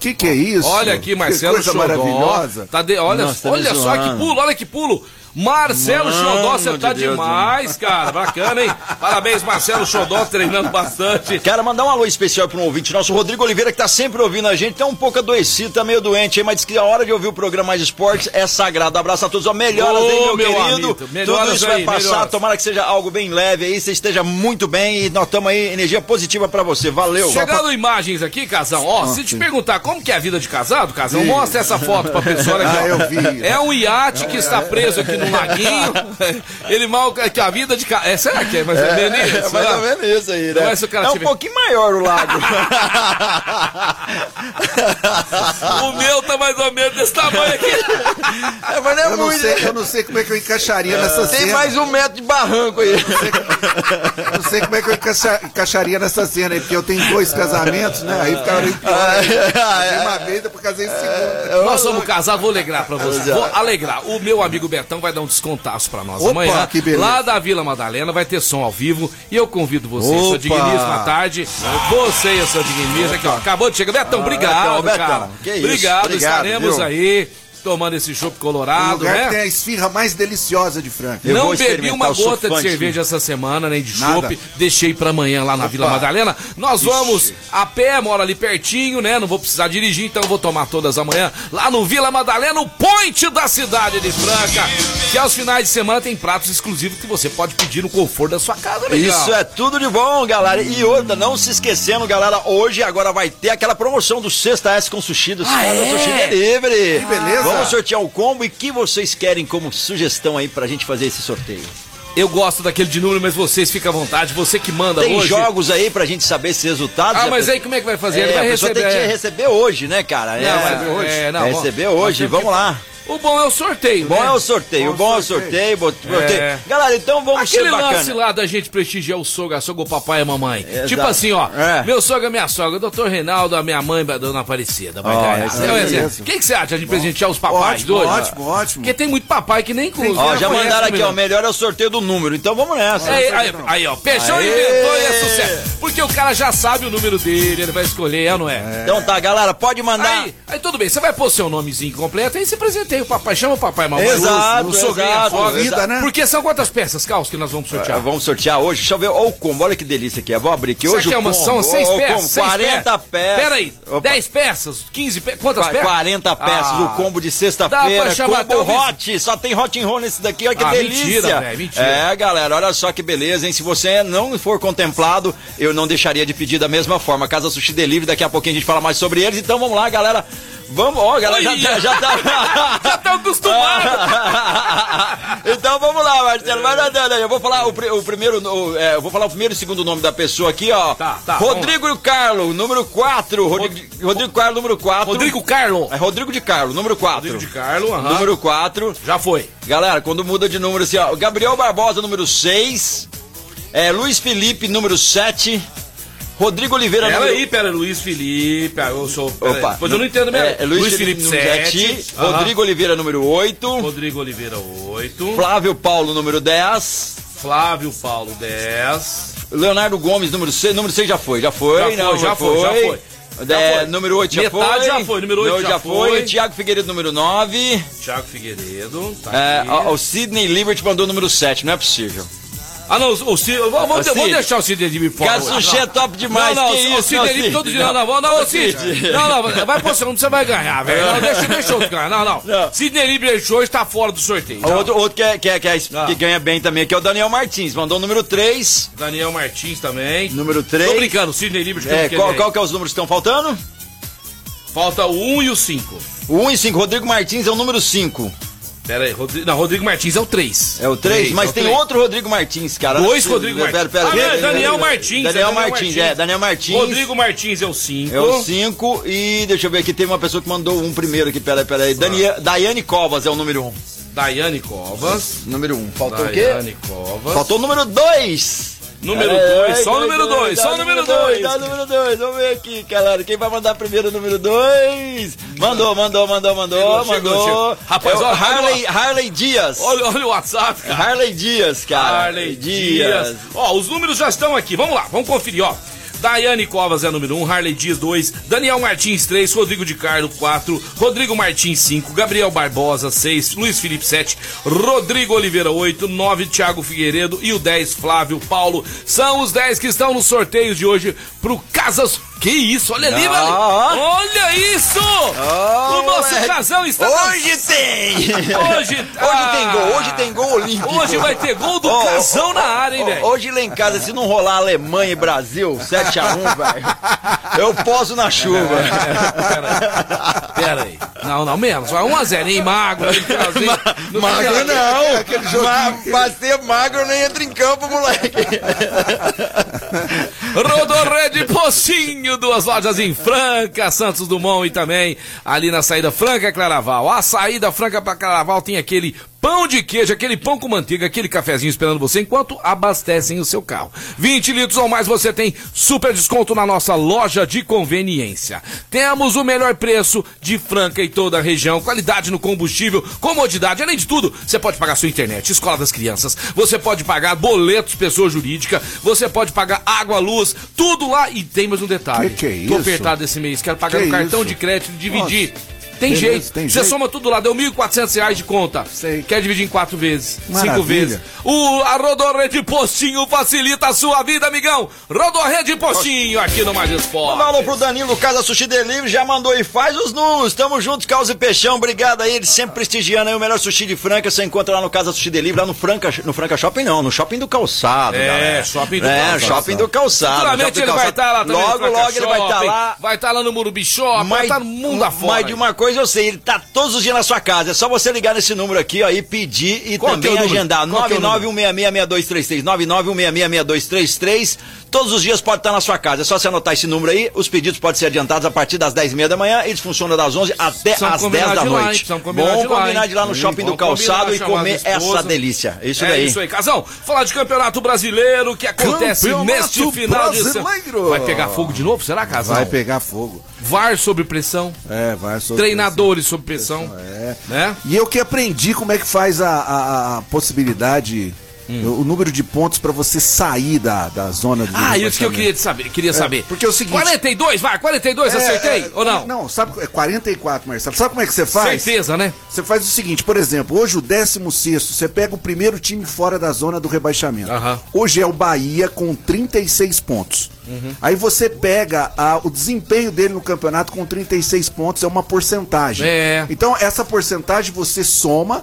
Que que é isso? Olha aqui, Marcelo que coisa Xodó. maravilhosa. Tá de- olha Nossa, tá me olha só zoando. que pulo, olha que pulo. Marcelo Mano Xodó, você de tá Deus, demais, cara. Bacana, hein? Parabéns, Marcelo Xodó, treinando bastante. Cara, mandar um alô especial para um ouvinte nosso, o Rodrigo Oliveira, que tá sempre ouvindo a gente, tá um pouco adoecido, tá meio doente aí, mas diz que a hora de ouvir o programa Mais Esportes é sagrado. Abraço a todos, ó, melhoras, Ô, aí, meu, meu querido. amigo, melhoras Tudo isso aí, vai passar, melhoras. tomara que seja algo bem leve aí, você esteja muito bem e nós estamos aí, energia positiva para você, valeu. Chegando imagens aqui, Casão, ó, se te perguntar como que é a vida de casado, Casão, Sim. mostra essa foto pra pessoa. né, Ah, João? eu vi. É um iate que está preso aqui no laguinho. Ele mal... Que a vida de... ca- É, será que é mais ou menos isso? É mais né? ou menos isso aí, né? Mas se o cara é um tiver- pouquinho maior o lago. O meu tá mais ou menos desse tamanho aqui. é, mas não é Eu não, muito. né? sei, eu não sei como é que eu encaixaria nessa Tem cena. mais um metro de barranco aí. Eu não sei como é que eu encaixa- encaixaria nessa cena aí, porque eu tenho dois casamentos, né? Aí ficaria pior. Ah, né? é. Casei uma vez, depois casei em segunda. Nós somos casados, vou alegrar pra você. Vou alegrar. O meu amigo Betão vai dar um descontaço pra nós é. Opa, amanhã. que beleza. Lá da Vila Madalena vai ter som ao vivo. E eu convido você, seu Opa. digníssimo, à tarde. Você e a sua digníssima. Aqui, ó. Acabou de chegar. Betão, obrigado, Betão, Betão. cara. Que isso, Obrigado, obrigado, estaremos viu? aí tomando esse chopp O colorado, lugar que tem né? a esfirra mais deliciosa de Franca. é Eu Não vou bebi experimentar uma o gota de sufante. cerveja essa semana, nem de Nada. chopp. Deixei pra amanhã lá na Vila Madalena. Nós vamos a pé, moro ali pertinho, né? Não vou precisar dirigir, então eu vou tomar todas amanhã lá no Vila Madalena, o point da cidade de Franca. Que aos finais de semana tem pratos exclusivos que você pode pedir no conforto da sua casa, legal. Isso é tudo de bom, galera. E outra, não se esquecendo, galera, hoje agora vai ter aquela promoção do Sexta S com Sushi do Sexta é? Sushi Delivery. Que beleza. Vamos sortear o combo e que vocês querem como sugestão aí pra gente fazer esse sorteio. Eu gosto daquele de número, mas vocês ficam à vontade, você que manda Tem Então, hoje. jogos aí pra gente saber esses resultados. Ah, A mas pe- aí como é que vai fazer? Ele É, a vai pessoa receber. tem que receber hoje, né, cara? Não, mas- é, não, Vai bom. receber hoje, vamos lá. O bom é o sorteio. Bom né? é o sorteio, bom, é o sorteio, bom- sorteio. É. Galera, então vamos Aquele ser lance bacana. lá da gente prestigiar o sogro, a sogra, o papai e a mamãe. Exato. Tipo assim, ó. É. Meu sogro, é minha sogra, o doutor Reinaldo, a minha mãe, a dona Aparecida. Vai Ó, ganhar. esse É um aí. exemplo. O que, que você acha de presentear os papais Ótimo, dois? ótimo, ótimo. Porque tem muito papai que nem com. Ó, já conhece mandaram aqui, ó, mesmo. o melhor é o sorteio do número, então vamos nessa. Aí, aí, aí, ó, Peixão Aê! inventou e é sucesso. Porque o cara já sabe o número dele, ele vai escolher, é ou não é? Então tá, galera, pode mandar. Aí, aí tudo bem, você vai pôr seu nomezinho completo, aí você tem o papai, chama o papai, mamãe. Exato, o sogrinho, a Ah, exato, sogra. exato. né? Porque são quantas peças, Carlos, que nós vamos sortear? Ah, vamos sortear hoje. Deixa eu ver. Olha o combo, olha que delícia aqui. é. Vou abrir aqui. Isso Hoje aqui é o uma, combo. são seis Ó, o peças. combo, seis 40 peças. Pera aí, Opa. 10 peças, 15 peças, quantas Qua- peças? 40 peças, Ah. o combo de Dá pra sexta-feira, chamar até combo o vizinho. hot, só tem hot and roll nesse daqui, olha que Ah, delícia. mentira, velho, mentira. É, galera, olha só que beleza, hein? Se você não for contemplado, eu não deixaria de pedir da mesma forma. Casa Sushi Delivery, daqui a pouquinho a gente fala mais sobre eles, então vamos lá, galera. Vamos, ó, galera, já, Oi. já, já tá... Já tá Ah. acostumado. então vamos lá, Marcelo. Vai nadando aí. Eu vou falar o, pri- o primeiro. o, é, eu vou falar o primeiro e o segundo nome da pessoa aqui, ó. Tá, tá, Rodrigo Carlo, número 4. Rodrigo, Rodrigo Carlo, número 4. Rodrigo Carlo. É Rodrigo de Carlo, número 4. Rodrigo de Carlo, aham. Número 4. Já foi. Galera, quando muda de número assim, ó. Gabriel Barbosa, número 6. É, Luiz Felipe, número 7. Rodrigo Oliveira, Pera número aí, pera, Luiz Felipe, ah, eu sou. pera aí, Pois eu não entendo mesmo. É, é Luiz, Felipe, número 7. aham. Rodrigo Oliveira, número 8. Rodrigo Oliveira, 8. Flávio Paulo, número 10. Flávio Paulo, 10. Leonardo Gomes, número 6. Número 6 já foi, já foi. Já foi, não, já foi, já foi. Já É, foi. Número 8 já foi. Metade já foi, número oito Não, já foi. foi. Tiago Figueiredo, número 9. Thiago Figueiredo. Tá É, aqui. ó, o Sidney Liberty mandou o número 7, não é possível. Ah, não, o Cid. Vamos, Ô, vamos, Cid. vamos deixar o Cid Edib fora. Cara, sushi é top demais, Não, não, que o- isso, o Cid não, Edib Cid, todo dia. não. Não, não, não, Ô, o Cid. Cid. Não, não, vai pro segundo, você vai ganhar, velho. Não, deixa, deixa outro ganhar. Não, não. Não. Cid Edib deixou, está tá fora do sorteio. Não. Outro, outro que, é- que, é- que, é- Ah. que ganha bem também aqui é o Daniel Martins, mandou o número 3. Daniel Martins também. Número Tô 3. brincando, o Sidney Libert. É, qual, qual que é os números que estão faltando? Falta o 1 e o 5. O 1 e 5. Rodrigo Martins é o número 5. Pera aí, Rodrigo, não, Rodrigo Martins é o 3. É o 3, mas tem outro. outro Rodrigo Martins, cara. Dois Esse- Rodrigo pera, Martins. pera, Ah, pera, não, é pera, Daniel pera. Martins, é Daniel Daniel Martins, Martins. é. Daniel Martins. Rodrigo Martins é o 5. É o 5 e deixa eu ver aqui, teve uma pessoa que mandou um primeiro aqui, peraí, peraí. Dania- Daiane Covas é o número 1. Um. Daiane Covas. Número 1. Um. Faltou o quê? Daiane Covas. Faltou o número 2. Número Peraí, 2, só o dois, número dois, 2, dá só o número 2. Dá o número 2, vamos ver aqui, galera. Quem vai mandar primeiro o número 2? Mandou, mandou, mandou, mandou, Chegou, mandou. chegou, chegou. Rapaz, É o olha, Harley, Harley Dias. Olha, olha o WhatsApp, cara. Harley Dias, cara. Harley Dias. Ó, os números já estão aqui. Vamos lá, vamos conferir, ó. Daiane Covas é número 1, Harley Dias 2, Daniel Martins 3, Rodrigo de Carlo 4, Rodrigo Martins 5, Gabriel Barbosa 6, Luiz Felipe 7, Rodrigo Oliveira 8, 9, Thiago Figueiredo e o 10, Flávio Paulo. São os 10 que estão nos sorteios de hoje pro Casas. Que isso, olha ali, velho! Ah. Olha isso! o nosso moleque. casão está Hoje tem! Hoje, Tá Hoje tem gol, hoje tem gol olímpico. Hoje né? vai ter gol do Ó, ó, Casão na área, hein, ó, velho? Hoje lá em casa, se não rolar Alemanha e Brasil, 7x1, velho, eu poso na chuva. Pera aí. Não, não, menos. Vai 1x0, hein? Magro. Magro É não! aquele jogo Ma- Pra ser magro nem entra em campo, moleque. Rodorrede Pocinho, duas lojas em Franca, Santos Dumont e também ali na saída Franca Claraval. A saída Franca para Claraval tem aquele pão de queijo, aquele pão com manteiga, aquele cafezinho esperando você enquanto abastecem o seu carro. 20 litros ou mais você tem super desconto na nossa loja de conveniência. Temos o melhor preço de Franca e toda a região, qualidade no combustível, comodidade, além de tudo, você pode pagar sua internet, escola das crianças, você pode pagar boletos pessoa jurídica, você pode pagar água, luz, tudo lá e tem mais um detalhe. Que que é Tô isso? apertado esse mês, quero pagar Que no cartão isso? de crédito e dividir. Tem Beleza, jeito. tem você jeito. soma tudo lá, deu 1.400 reais de conta. Sei. Quer dividir em quatro vezes, cinco Maravilha. vezes. O a Rodorrede Postinho facilita a sua vida, amigão. Rodorrede Postinho aqui no Mais Esporte. Manda um alô pro Danilo, Casa Sushi Delivery, já mandou e faz os números. Tamo junto, Causa e Peixão, obrigado aí, eles sempre prestigiando aí o melhor sushi de Franca. Você encontra lá no Casa Sushi Delivery, lá no Franca, no Franca Shopping não, no Shopping do Calçado, É, galera. Shopping do é, Calçado. Shopping do Calçado. Futuramente Shopping ele do vai Calçado. estar lá também. no Logo, Franca logo ele vai estar Shopping, lá. Vai estar lá no Murubi Shopping, vai estar tá no mundo afora. mas de uma coisa eu sei, ele tá todos os dias na sua casa. É só você ligar nesse número aqui, ó, e pedir e Qual também que é o número? agendar. Qual que é o número? 991666233, 991666233. Todos os dias pode estar na sua casa. É só você anotar esse número aí. Os pedidos podem ser adiantados a partir das 10h30 da manhã. Eles funcionam das 11 até Precisamos às 10 combinar da de lá, hein? noite. Precisamos combinar Vamos de lá, combinar hein? de lá no Sim, shopping do vamos combinar, calçado e chamar comer a esposa. essa delícia. Isso é daí. isso aí, Casão. Falar de Campeonato Brasileiro que acontece Campeonato neste final de semana. Brasileiro. Vai pegar fogo de novo, será, Casão? Vai pegar fogo. VAR sob pressão, É, vai sobre treinadores sob pressão, isso. É. né? E eu que aprendi como é que faz a, a- a possibilidade Hum. O número de pontos pra você sair da, da zona de Ah, isso que eu rebaixamento. queria te saber. Queria saber. porque é o seguinte- 42, vai, 42, acertei? É, é, ou não? Não, sabe, é 44, Marcelo. Sabe como é que você faz? Certeza, né? Você faz o seguinte, por exemplo, hoje o 16, você pega o primeiro time fora da zona do rebaixamento. Aham. Hoje é o Bahia com 36 pontos. Uhum. Aí você pega a- o desempenho dele no campeonato com 36 pontos, é uma porcentagem. É. Então, essa porcentagem você soma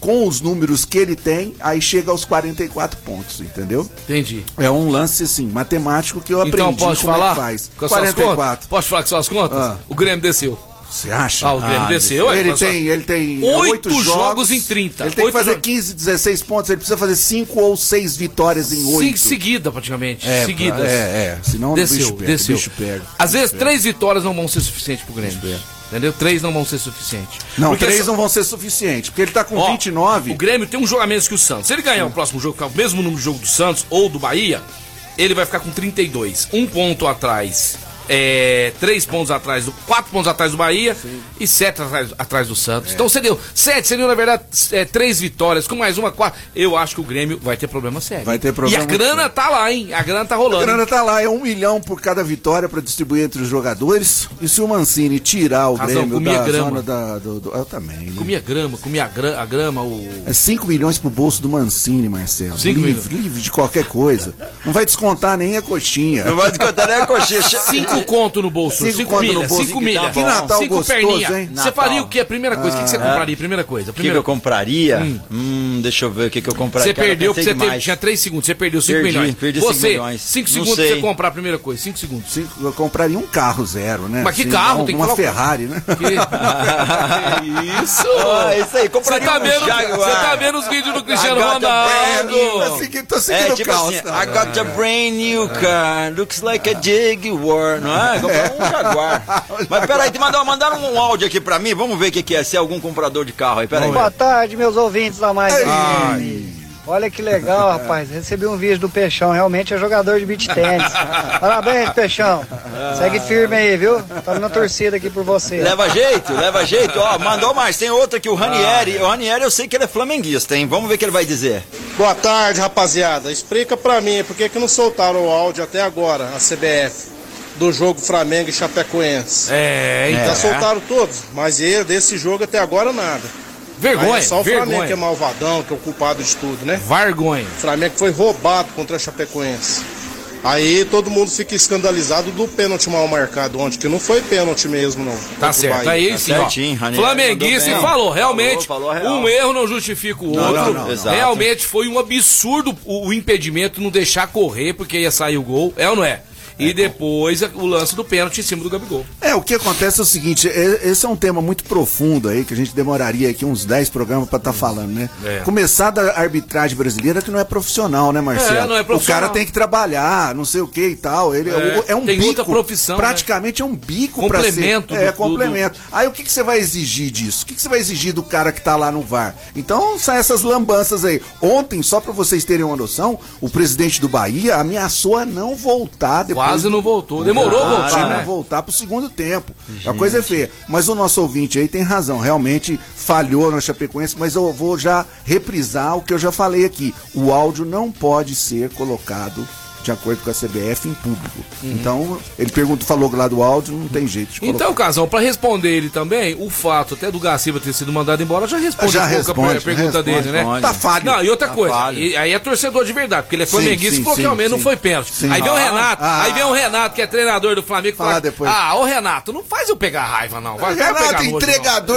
com os números que ele tem, aí chega aos 44 pontos, entendeu? Entendi. É um lance, assim, matemático que eu aprendi Então posso como falar? é que faz. Com as suas contas? Posso falar com as suas contas? Ah. O Grêmio desceu. Você acha? Ah, o Grêmio desceu, é, ele, mas só- tem, ele tem Oito oito jogos jogos, em 30. Ele tem Oito que fazer jogos. 15, 16 pontos. Ele precisa fazer 5 ou 6 vitórias em 8. Cinco seguida, praticamente. É, Seguidas. é, é. Senão o desceu, bicho pega, o desceu. bicho pega. Às vezes, três vitórias não vão ser suficientes pro Grêmio. Entendeu? Três não vão ser suficientes. Não, Porque 3 essa- não vão ser suficientes. Porque ele tá com Ó, 29. O Grêmio tem um jogo a menos que o Santos. Se ele ganhar o próximo jogo, que é o mesmo número de jogo do Santos ou do Bahia, ele vai ficar com 32. Um ponto atrás. É, três pontos atrás do. Quatro pontos atrás do Bahia e sete atrás, atrás do Santos. É. Então seriam sete, seriam, na verdade, é, três vitórias, com mais uma, quatro. Eu acho que o Grêmio vai ter problema sério. Vai ter E problema a grana sério. tá lá, hein? A grana tá A rolando. grana tá lá, é um milhão por cada vitória pra distribuir entre os jogadores. E se o Mancini tirar o Razão, Grêmio Ah, comia da grama. zona da. Do, do- eu também. né? Comia grama, comia gra- a grama, o. É 5 milhões pro bolso do Mancini, Marcelo. Cinco livre, livre de qualquer coisa. Não vai descontar nem a coxinha. Não vai descontar nem a né, coxinha. Cinco conto no bolso, Cinco cinco conto no milha, bolso, cinco que milha. tá bom. Que Natal cinco gostoso, perninha. hein? Você faria o que? A primeira coisa, o que que você compraria? Primeira coisa. O que, que Primeira... eu compraria? Hum, deixa eu ver o que, que eu compraria. Você Cara, perdeu porque pensei você teve, demais. tinha três segundos, você perdeu cinco Perdi, milhões. perdi cinco você, milhões. cinco Não segundos pra sei. você comprar a primeira coisa, cinco segundos. Cinco- Eu compraria um carro zero, né? Mas que Assim, carro? um- Tem que Uma colocar- Ferrari, né? Que- Que É isso! Ah, isso aí, Você compraria tá, um vendo, Jaguar. você tá vendo os vídeos do Cristiano I got a brand Tá Ronaldo? seguindo- Tô É, seguindo o tá? tipo caos, assim, tá cara. I got a brand new É. car, looks like a Jaguar, não é? Comprou um Jaguar. Mas peraí, te mandaram, mandaram um áudio aqui pra mim, vamos ver o que, que é, se é algum comprador de carro aí, peraí. Boa tarde, meus ouvintes da Mais Ai. Olha que legal, rapaz. Recebi um vídeo do Peixão. Realmente é jogador de beach tênis. Parabéns, Peixão. Segue firme aí, viu? Tamo na torcida aqui por você. Leva jeito, leva jeito. Ó, mandou mais. Tem outra que o Ah, Ranieri. O Ranieri eu sei que ele é flamenguista, hein? Vamos ver o que ele vai dizer. Boa tarde, rapaziada. Explica pra mim por que, que não soltaram o áudio até agora, a CBF, do jogo Flamengo e Chapecoense. É, hein? Já soltaram todos, mas eu, desse jogo até agora nada. Aí vergonha, é só o Flamengo que é vergonha. malvadão, que é o culpado de tudo, né? Vergonha. O Flamengo foi roubado contra a Chapecoense. Aí todo mundo fica escandalizado do pênalti mal marcado ontem, que não foi pênalti mesmo, não. contra Tá o certo, Bahia. aí sim, ó. certinho, Ranieri Flamenguista mandou bem. falou, Não, realmente, falou, falou a real. um erro não justifica o outro. não, não, não. Exato. Realmente foi um absurdo o, o impedimento não deixar correr, porque ia sair o gol, é ou não é? E depois a- o lance do pênalti em cima do Gabigol. É, o que acontece é o seguinte, é- esse é um tema muito profundo aí, que a gente demoraria aqui uns 10 programas pra estar falando, né? É. Começar da arbitragem brasileira que não é profissional, né, Marcelo? É, não é profissional. O cara tem que trabalhar, não sei o que e tal. Ele, É, é, o- é um tem bico. outra profissão, né? Praticamente é um bico pra Complemento ser. É, do- do- complemento. Aí o que, que você vai exigir disso? O que, que você vai exigir do cara que tá lá no VAR? Então, são essas lambanças aí. Ontem, só pra vocês terem uma noção, o presidente do Bahia ameaçou a não voltar depois Quase do- não voltou. Demorou Claro, voltar, não né? voltar pro segundo tempo. A coisa é feia. Mas o nosso ouvinte aí tem razão. Realmente falhou na Chapecoense, mas eu vou já reprisar o que eu já falei aqui. O áudio não pode ser colocado de acordo com a CBF em público. Então, ele perguntou, falou lá do áudio, não tem jeito de colocar. Uhum. Então, Casão, pra responder ele também, o fato até do Garciba ter sido mandado embora já responde Já um pouco a per- responde, pergunta responde, dele, né? Tá falho. Não, e outra Tá coisa, falho. e- aí é torcedor de verdade, porque ele é Sim, flamenguista e sim, falou que sim, realmente não sim. foi pênalti. Sim. Aí vem o Ah, Renato, ah. aí vem o Renato, que é treinador do Flamengo, e Falar fala, depois. ah, ô Renato, não faz eu pegar raiva não, vai, vai pegar nojo, não."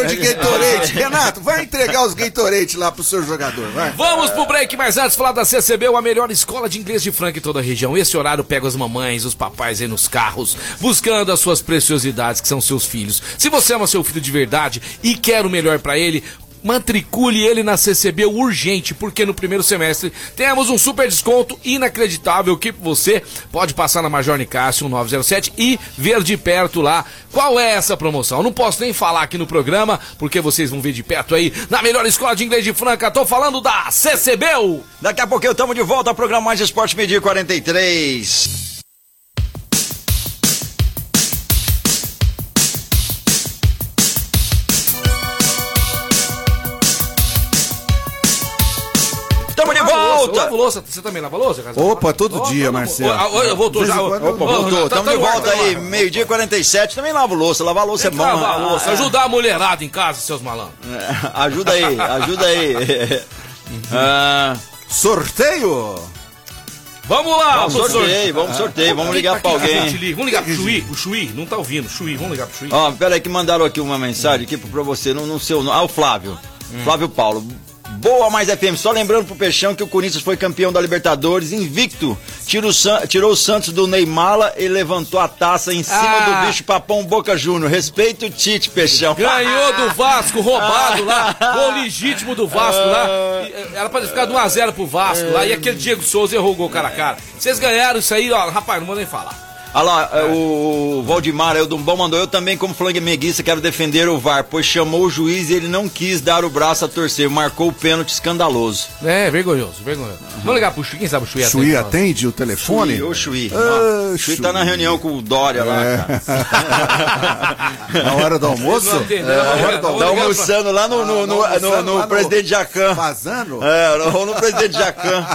de Gatorade. Renato, vai entregar os Gatorade lá pro seu jogador, vai. Vamos pro break, mas antes falar da CCB, a melhor escola de inglês de Franca em toda a região. Esse horário pega as mamães, os papais aí nos carros, buscando as suas preciosidades, que são seus filhos. Se você ama seu filho de verdade e quer o melhor pra ele, matricule ele na CCB urgente, porque no primeiro semestre temos um super desconto inacreditável que você pode passar na Major Nicásio um 907 e ver de perto lá qual é essa promoção. Eu Não posso nem falar aqui no programa, porque vocês vão ver de perto aí na melhor escola de inglês de Franca. Tô falando da CCBU. Daqui a pouquinho estamos de volta ao programa Mais Esporte Medir 43. Estamos de volta! Eu lavo louça, você também lava louça, Casal? Opa, todo dia, Marcelo. Ah, ah, ah, voltou De vez já, em quando eu opa, volto. voltou. Tamo Tá de no ar, volta tá no aí, ar. meio-dia 47. Também lavo louça. Lavar louça é bom. Lavar a né? louça, É. ajudar a mulherada em casa, seus malandros. É, Ajuda aí, ajuda aí. Ah, Sorteio! Vamos lá, Vamos professor. sorteio, vamos sorteio, vamos ligar Aqui, pra aqui, alguém. gente, liga. Vamos ligar pro Chuí, o Chuí, não tá ouvindo, Chuí, vamos ligar pro Chuí. Ó, peraí que mandaram aqui uma mensagem aqui pra você, não, não sei o nome. Ah, o Flávio. Flávio Paulo. Boa mais FM, só lembrando pro Peixão que o Corinthians foi campeão da Libertadores, invicto. Tira o San- tirou o Santos do Neymala e levantou a taça em cima Ah. do bicho papão Boca Júnior. Respeita o Tite, Peixão. Ganhou do Vasco, roubado lá, gol legítimo do Vasco lá. E, eh, Era pra ter ficado 1x0 pro Vasco lá, e aquele Diego Souza errou o gol cara a cara. Vocês ganharam isso aí, ó, rapaz, não vou nem falar. Olha lá, é, o Valdimar aí, o Dumbão mandou. Eu também, como flamenguista, quero defender o VAR, pois chamou o juiz e ele não quis dar o braço a torcer. Marcou o pênalti escandaloso. É, vergonhoso, vergonhoso. Vamos ligar pro Chuí, quem sabe o Chuí é atende Chuí é nós. atende o telefone? Ih, Ô, Chuí. Ah, Ó, Chuí tá na Chuí. É. reunião com o Dória lá, cara. Na hora do almoço? Não atende, não, vamos ligar, vamos Tá ligar pra- almoçando lá no, no, no, Ah, no- no lá no- presidente Jacan. Vazando? É, ou no presidente Jacan.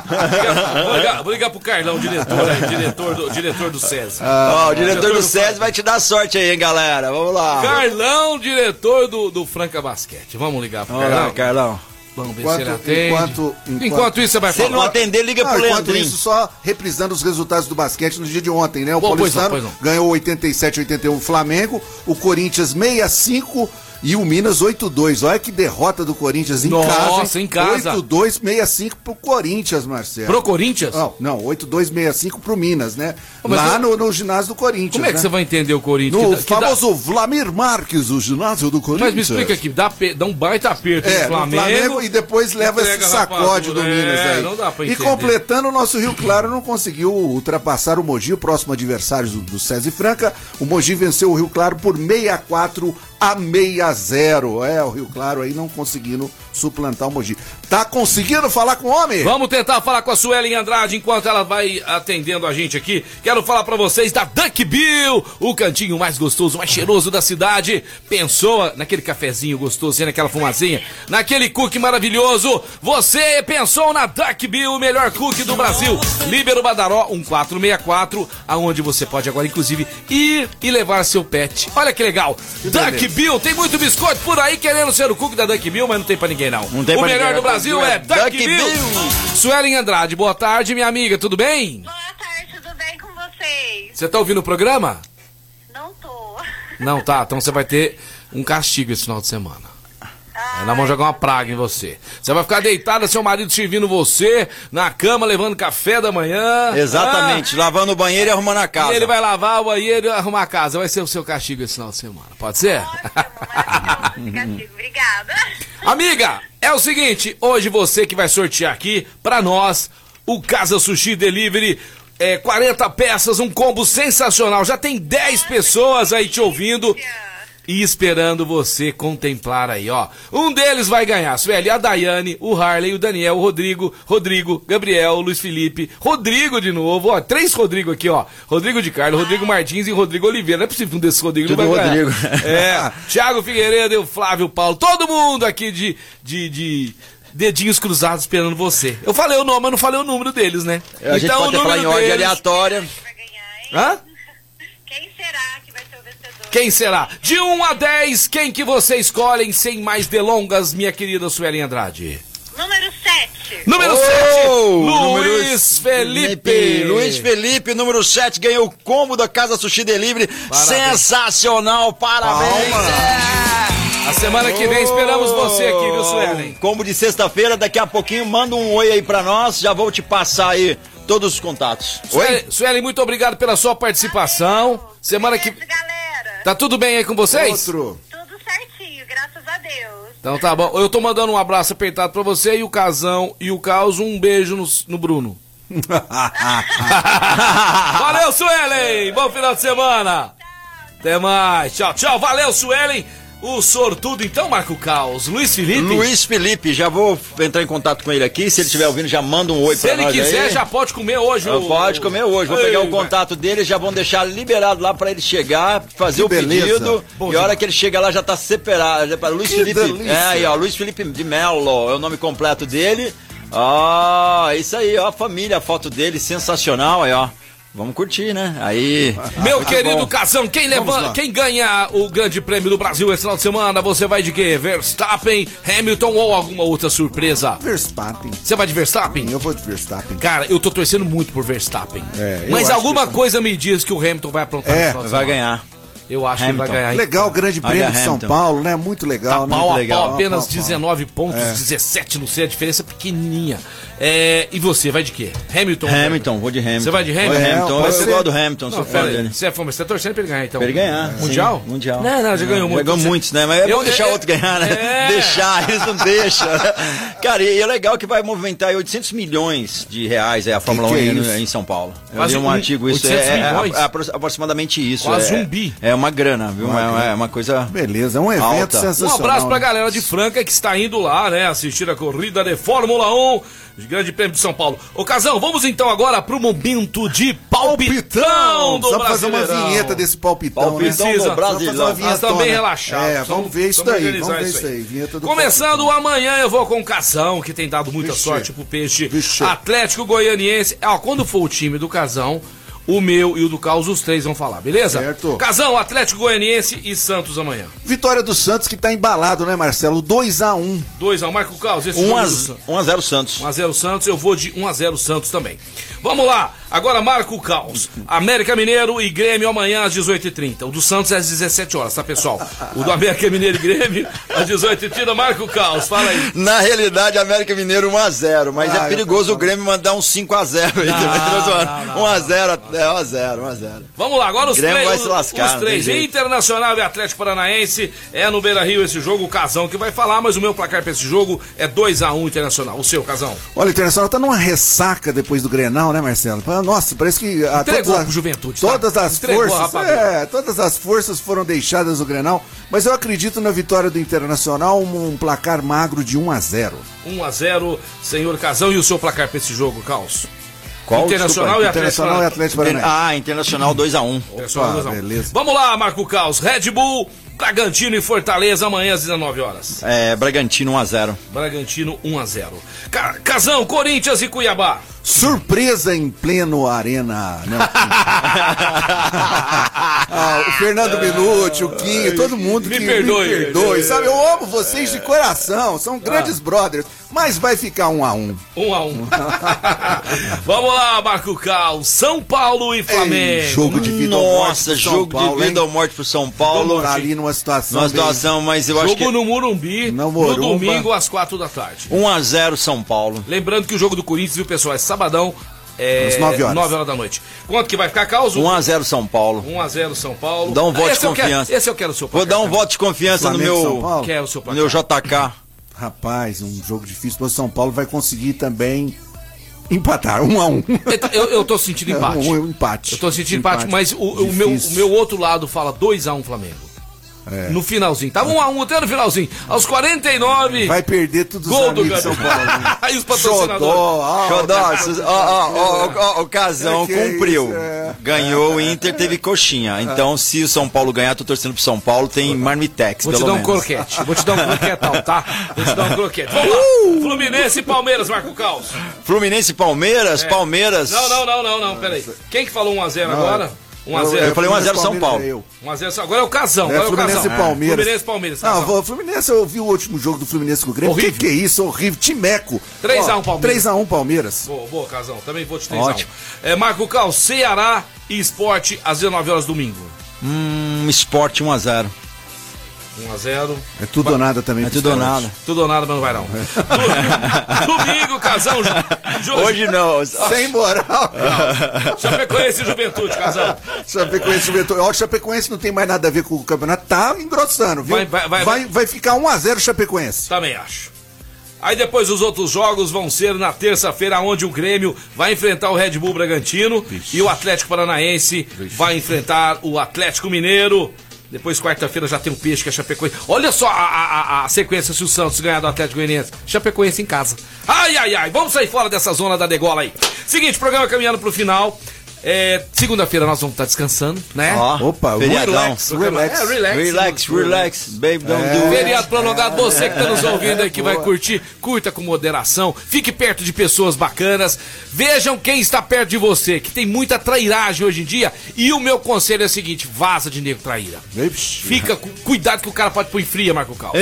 Vou ligar, vou ligar pro Carlão, diretor, aí, diretor, do, diretor do SESI. Ó, o diretor do SESI vai te dar sorte aí, hein, galera. Vamos lá. Carlão, diretor do, do Franca Basquete. Vamos ligar pro Vamos lá, Carlão. Carlão. Vamos ver se Enquanto- ele atende. enquanto- enquanto, enquanto- isso, você vai Se ele não falar. atender, liga Ah, Não, pro Ah, enquanto Leandrinho. isso, só reprisando os resultados do basquete no dia de ontem, né? O Bom, pois não, Paulistano pois não. ganhou 87 81 o um Flamengo, o Corinthians 65 e o Minas 8-2. Olha que derrota do Corinthians em Nossa, casa. em casa. 8-2, 65 pro Corinthians, Marcelo. Pro Corinthians? Não, não, 8-2-65 pro Minas, né? mas Lá eu- no, no ginásio do Corinthians. Como é que né? você vai entender o Corinthians? Que No dá- que dá- famoso Vlamir Marques, o ginásio do Mas Corinthians. me explica aqui, dá, pe- dá um baita aperto É, no Flamengo. e depois leva entrega esse a sacode do rapadura. Minas É, aí. não dá pra e entender. completando, o nosso Rio Claro não conseguiu ultrapassar o Mogi, o próximo adversário do, do César Franca. O Mogi venceu o Rio Claro por 64 a 60. É, o Rio Claro aí não conseguindo suplantar o Mogi. Tá conseguindo falar com o homem? Vamos tentar falar com a Suelen Andrade enquanto ela vai atendendo a gente aqui. Quero falar pra vocês da Dunk Bill, o cantinho mais gostoso, mais cheiroso da cidade. Pensou naquele cafezinho gostoso, naquela fumazinha, naquele cookie maravilhoso? Você pensou na Dunk Bill, o melhor cookie do Brasil. Líbero Badaró 1464, aonde você pode agora inclusive ir e levar seu pet. Olha que legal. Dunk Bill, tem muito biscoito por aí querendo ser o cookie da Dunk Bill, mas não tem pra ninguém não. Não tem o pra melhor ninguém, do né? Brasil é Duck, Duck Bill. Bill. Suelen Andrade, boa tarde, minha amiga, tudo bem? Boa tarde, tudo bem com vocês? Você tá ouvindo o programa? Não tô. Não, tá, então você vai ter um castigo esse final de semana. É, Nós vamos jogar uma praga em você. Você vai ficar deitada, seu marido servindo você, na cama, levando café da manhã. Exatamente, lavando o banheiro e arrumando a Ah, casa. e ele vai lavar o banheiro e arrumar a casa. Vai ser o seu castigo esse final de semana. Pode ser? Ótimo, maravilhoso, castigo. Obrigada. Amiga, é o seguinte, hoje você que vai sortear aqui pra nós o Casa Sushi Delivery. É, 40 peças, um combo sensacional. Já tem 10 pessoas aí te ouvindo e esperando você contemplar aí, ó. Um deles vai ganhar, Sueli, a Daiane, o Harley, o Daniel, o Rodrigo, Rodrigo, Gabriel, o Luiz Felipe, Rodrigo de novo, ó. Três Rodrigo aqui, ó. Rodrigo de Carlos, Rodrigo Martins e Rodrigo Oliveira. Não é possível que um desses Rodrigo Tudo não vai ganhar. Rodrigo. É, Thiago Figueiredo e o Flávio Paulo, todo mundo aqui de, de, de dedinhos cruzados esperando você. Eu falei o nome, mas não falei o número deles, né? A gente pode falar em ordem aleatória. Vai ganhar, hein? Hã? Quem será que vai ser o vencedor? Quem será? De 1 a 10, quem que você escolhe sem mais delongas, minha querida Suelen Andrade? Número 7. Número Oh, 7, número Luiz Felipe. Luiz Felipe, número 7, ganhou o combo da Casa Sushi Delivery. Sensacional, parabéns. A semana que vem esperamos você aqui, viu, Suelen? Combo de sexta-feira, daqui a pouquinho, manda um oi aí pra nós, já vou te passar aí todos os contatos. Oi? Suelen, Suelen, muito obrigado pela sua participação. Semana que. Beijo, galera. Tá tudo bem aí com vocês? Outro. Tudo certinho, graças a Deus. Então tá bom. Eu tô mandando um abraço apertado pra você e o Casão e o Caos. Um beijo no, no Bruno. Ah. Valeu, Suelen! Bom final de semana! Até mais! Tchau, tchau! Valeu, Suelen! O sortudo, então, Marco Caos. Luiz Felipe? Luiz Felipe, já vou entrar em contato com ele aqui. Se ele estiver ouvindo, já manda um oi Se pra ele nós. quiser, aí. já pode comer hoje. Ah, o- Pode comer hoje. Vou Ei, pegar o vai. contato dele, já vão deixar liberado lá pra ele chegar, fazer Que o beleza. pedido. Bom e a hora que ele chega lá já tá separado. Já para Luiz Que Felipe. delícia. É, aí, ó, Luiz Felipe de Mello é o nome completo dele. Ó, isso aí, ó, a família, a foto dele, sensacional aí, ó. Vamos curtir, né? Aí. Ah, Meu Muito querido bom. Casão, quem Vamos levanta, lá. quem ganha o Grande Prêmio do Brasil esse final de semana, você vai de quê? Verstappen, Hamilton ou alguma outra surpresa? Verstappen. Você vai de Verstappen? Eu vou de Verstappen. Cara, eu tô torcendo muito por Verstappen. É, eu Mas acho alguma coisa me diz que o Hamilton vai aprontar É, no final de vai semana. ganhar. Eu acho que Hamilton. ele vai ganhar. hein? Legal, o Grande Olha, Prêmio de São Hamilton. Tá Paulo, né? Muito Ah, legal, né? Pau a legal. pau, apenas Pau a pau. 19 pontos, É. 17, não sei, a diferença é pequenininha. É, e você, vai de quê? Hamilton? Hamilton, vou de Hamilton. Você vai de Vou Hamilton? Hamilton, Vai eu ser- gosto do Hamilton, sou Não, fã pera aí, dele. Você é fã, mas você tá torcendo pra ele ganhar, então. Pra ele ganhar. sim. Mundial? mundial. Não, não, já ganhou muito. Já ganhou muitos, né? Mas é bom deixar outro ganhar, né? É. Deixar, eles não deixam. Cara, e é legal que vai movimentar aí 800 milhões de reais é, a Fórmula Que 1 que é em- isso? em São Paulo. Eu Quase li um, um- artigo, isso é, 800 é milhões? a- apro- aproximadamente isso. Quase é, um bi. É uma grana, viu? Uma é, grana. é uma coisa. Beleza, é um evento alta. sensacional. Um abraço pra né? galera de Franca que está indo lá, né, assistir a corrida de Fórmula 1, de Grande Prêmio de São Paulo. Ô, Casão, vamos então agora pro momento de palpitão, Palpitão! do Vamos fazer uma Brasileirão. vinheta desse palpitão, Palpitão do né? Precisa. Vamos Brasileirão. fazer uma Nós vinhetona. estamos bem relaxados. É, vamos Vamos- ver isso vamos daí, organizar vamos ver isso isso aí. aí. Vinheta do Começando amanhã, eu vou com o Casão, que tem dado muita Vixe. sorte pro peixe. Atlético Goianiense. Ah, quando for o time do Casão, o meu e o do Caos, os três vão falar, beleza? Certo. Casão, Atlético Goianiense e Santos amanhã. Vitória do Santos que tá embalado, né, Marcelo? 2x1. 2x1, Marco um, Caos, esse 1 a jogo do 1x0 Santos. 1x0 Santos, eu vou de 1x0 Santos também. Vamos lá, agora marca o caos. América Mineiro e Grêmio amanhã às 18h30. O do Santos é às 17 horas, tá pessoal? O do América Mineiro e Grêmio às 18h30, marca o caos, fala aí. Na realidade, América Mineiro 1x0, mas Ah, é perigoso o Grêmio mandar um 5x0 aí também. 1x0, é 1x0, 1x0. Vamos lá, agora os Grêmio três. vai se lascar, os não três. tem jeito. Internacional e Atlético Paranaense. É no Beira Rio esse jogo, o Casão que vai falar, mas o meu placar pra esse jogo é 2x1 Internacional. O seu, Casão. Olha, o Internacional tá numa ressaca depois do Grenal, né, Marcelo? Ah, Nossa, parece que... ah, Entregou todas as- pro Juventude, tá? Todas as Entregou a forças... rapadura. É, todas as forças foram deixadas no Grenal. Mas eu acredito na vitória do Internacional, um, um placar magro de 1x0. 1x0, senhor Casão, e o seu placar pra esse jogo, Caos? Qual? Internacional Desculpa, e Atlético Internacional e Atlético Paranaense. Ah, Internacional 2x1. Internacional, Casão. Vamos lá, Marco Caos. Red Bull, Bragantino e Fortaleza amanhã às 19 horas. É, Bragantino 1x0. Bragantino 1x0. Ca Casão, Corinthians e Cuiabá. Surpresa em pleno Arena Neoquímica. Ah, o Fernando Minuti, o Quinho, todo mundo Me que perdoe. É. me perdoe, sabe? Eu amo vocês de coração, são grandes Ah. brothers, mas vai ficar um a um. Um a um. Vamos lá, Marco Cal. São Paulo e Flamengo. jogo de vida ou morte Nossa, pro São jogo Paulo, de vida hein? ou morte pro São Paulo. Tá ali numa situação. Numa bem- situação, mas eu acho Jogo que no Murumbi, Não, no Morumba. domingo às quatro da tarde. 1x0 São Paulo. Lembrando que o jogo do Corinthians, viu, pessoal, é sabadão. É, Às nove horas. nove da noite. Quanto que vai ficar, Caos? 1x0 São Paulo. 1 a 0 São Paulo. Ah, Dá um voto Esse de eu quero- confiança. esse eu quero o seu Vou placar. dar um voto de confiança Flamengo, no São meu, Paulo? Quero o seu no placar. meu JK. Rapaz, um jogo difícil, mas o São Paulo vai conseguir também empatar, um a um. Eu, eu tô sentindo empate. Um, um empate. Eu tô sentindo empate, mas o, o meu, o Difícil. É. meu outro lado fala 2x1 Flamengo. No finalzinho. Tava 1x1 até no finalzinho. Aos 49. Vai perder todos os Gol do amigos de São Paulo. né? Aí os patrocinadores. Xodó, ah, Xodó, vocês- ó, ó, ó, ó, ó, o Casão Que isso, cumpriu. é. Ganhou, o Inter teve coxinha. Então, se o São Paulo ganhar, tô torcendo pro São Paulo, tem Marmitex, Vou te pelo dar um menos. croquete. Vou te dar um croquetão, tá? Vou te dar um croquete. Vamos lá. Uh! Fluminense e Palmeiras, Marco Caos. Fluminense e É. Palmeiras, Palmeiras. Não, não, não, não, não. Peraí. Quem que falou 1x0 agora? Eu, 1x0. falei 1x0 São Palmeiras Paulo. é eu. 1x0. Agora é o Casão. É, Agora é o Fluminense Casão. e Palmeiras. Fluminense e Palmeiras. Não, Casão. vou- Fluminense, eu vi o último jogo do Fluminense com o Grêmio. Horrível. Que que é isso? Horrível. Timeco. 3 a 1 Ó, Palmeiras. 3x1 Palmeiras. Boa, boa, Casão. Também vou de 3 Ótimo. É, Marco Cal, Ceará e Esporte às 19 horas domingo. Hum, esporte 1x0. 1x0. É tudo ou nada também. É pro tudo ou esporte. nada. Tudo ou nada, mas não vai não. domingo, Casão. Ju- Ju- Hoje não. Sem moral. Chapecoense e Juventude, Casão. Chapecoense, Juventude. Ó, o Chapecoense não tem mais nada a ver com o campeonato. Tá engrossando, viu? Vai- vai- vai- vai ficar 1x0 Chapecoense. Também acho. Aí depois os outros jogos vão ser na terça-feira, onde o Grêmio vai enfrentar o Red Bull Bragantino e o Atlético Paranaense vai enfrentar o Atlético Mineiro. Depois, quarta-feira, já tem o Peixe, que é Chapecoense. Olha só a, a- a- a sequência se o Santos ganhar do Atlético Goianiense. Chapecoense em casa. Ai, ai, ai. Vamos sair fora dessa zona da degola aí. Seguinte, programa caminhando pro final. É, Segunda-feira nós vamos estar descansando, né? Ó, Opa, feriadão. relax, relax, Relax. é, relax, É. Relax, relax, baby, don't do it. Feriado prolongado, você que tá nos É, ouvindo aqui vai boa. curtir, curta com moderação, fique perto de pessoas bacanas, vejam quem está perto de você, que tem muita trairagem hoje em dia, e o meu conselho é o seguinte, vaza de nego traíra. Fica, com- cuidado que o cara pode pôr em fria, Marco Cal.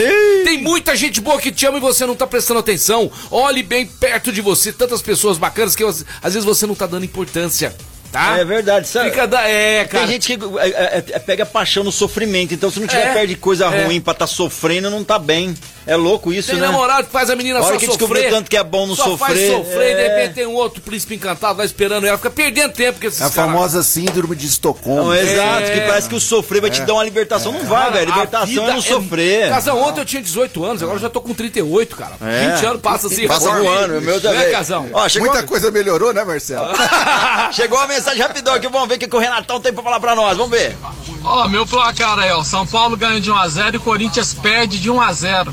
Tem muita gente boa que te ama e você não tá prestando atenção, olhe bem perto de você, tantas pessoas bacanas que às às vezes você não tá dando importância, tá? É verdade, sabe? Fica da... É, cara. Tem gente que é, é, é, pega paixão no sofrimento, então se não tiver É. perto de coisa É. ruim pra tá sofrendo, não tá bem. É louco isso, Tem né? namorado que faz a menina A hora só que sofrer. descobriu tanto que é bom não só sofrer. faz sofrer, É. de repente tem um outro príncipe encantado lá esperando ela, fica perdendo tempo que esses É a caras- famosa síndrome de Estocolmo. Não, exato, que parece que o sofrer vai te É. dar uma libertação. Não vai, Cara, velho. a Libertação é vida não sofrer. Casão, ontem eu tinha 18 anos, agora eu já tô com 38, cara. É. 20 anos passa assim. Passa rápido. voando, o meu também. Né, Casão? Ó, chegou- É. Muita coisa melhorou, né, Marcelo? Chegou a mensagem rapidão aqui, vamos ver o que que o Renatão tem pra falar pra nós, vamos ver. Ó, meu placar aí, ó. São Paulo ganha de 1x0 e o Corinthians perde de 1x0.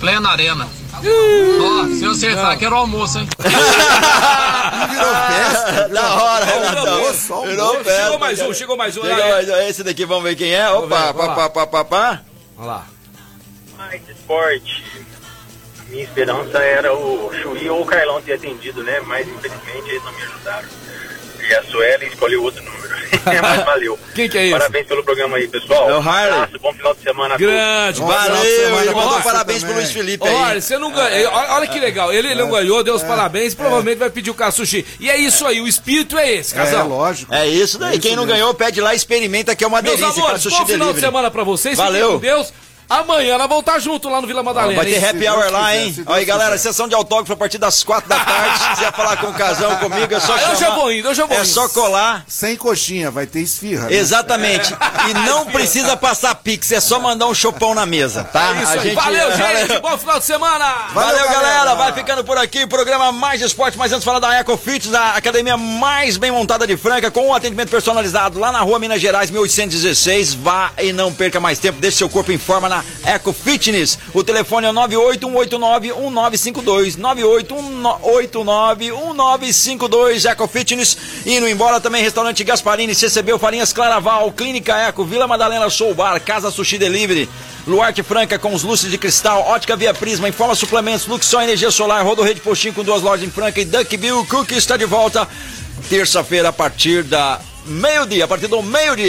Plena arena. Ó, se eu acertar, quero almoço, hein? da hora, Renatão. Almoço, almoço. Virou Chegou festa, mais um, cara. chegou mais um, Chegou olha aí. mais um. Esse daqui, vamos ver quem é. Opa, ver, vamos pá, lá. pá, pá, pá, Olha lá. Mais esporte. A minha esperança era o Chuí ou o Carlão ter atendido, né? Mas infelizmente eles não me ajudaram. E a Sueli escolheu outro número. Mas valeu. Quem que é isso? Parabéns pelo programa aí, pessoal. É o Harley. Abraço, bom final de semana a todos. Grande, Valeu, ele mandou Nossa, parabéns também. pro Luiz Felipe aí. É. Olha, você não ganha. Olha, olha que legal. Ele não ganhou, deu os parabéns, provavelmente vai pedir o cara sushi. E é isso aí, o espírito é esse, Casão. É isso daí. É isso Quem não mesmo. ganhou, pede lá, experimenta, que é uma Meus delícia. cara, amores, sushi bom final de delivery. semana pra vocês. Fiquem Valeu. com Deus. Amanhã nós vamos estar junto lá no Vila Madalena. Vai ter hein? happy hour lá, hein? Aí, galera, sessão de autógrafo a partir das quatro da tarde. Se quiser falar com o casão, comigo, é só Eu já chamar. vou indo, eu já vou É indo. só colar. Sem coxinha, vai ter esfirra. né? Exatamente. E não precisa passar pix, é só mandar um chopão na mesa, tá? É isso aí. Valeu, gente. Bom final de semana. né? Valeu, galera. Vai ficando por aqui. Programa Mais Esporte. Mas antes, falar da Eco Fitness, da academia mais bem montada de Franca, com um atendimento personalizado lá na rua Minas Gerais, 1816. Vá e não perca mais tempo. Deixe seu corpo em forma na Eco Fitness. O telefone é 981891952. 981891952. Eco Fitness. E no Embora também, restaurante Gasparini, CCB, Farinhas Claraval, Clínica Eco, Vila Madalena Sou Bar, Casa Sushi Delivery. Luarte Franca com os lustres de cristal, ótica via prisma, informa suplementos, Luxon Energia Solar, Rodo Rede Postinho com duas lojas em Franca e Duckbill Cook está de volta terça-feira a partir da meio-dia, a partir do meio-dia.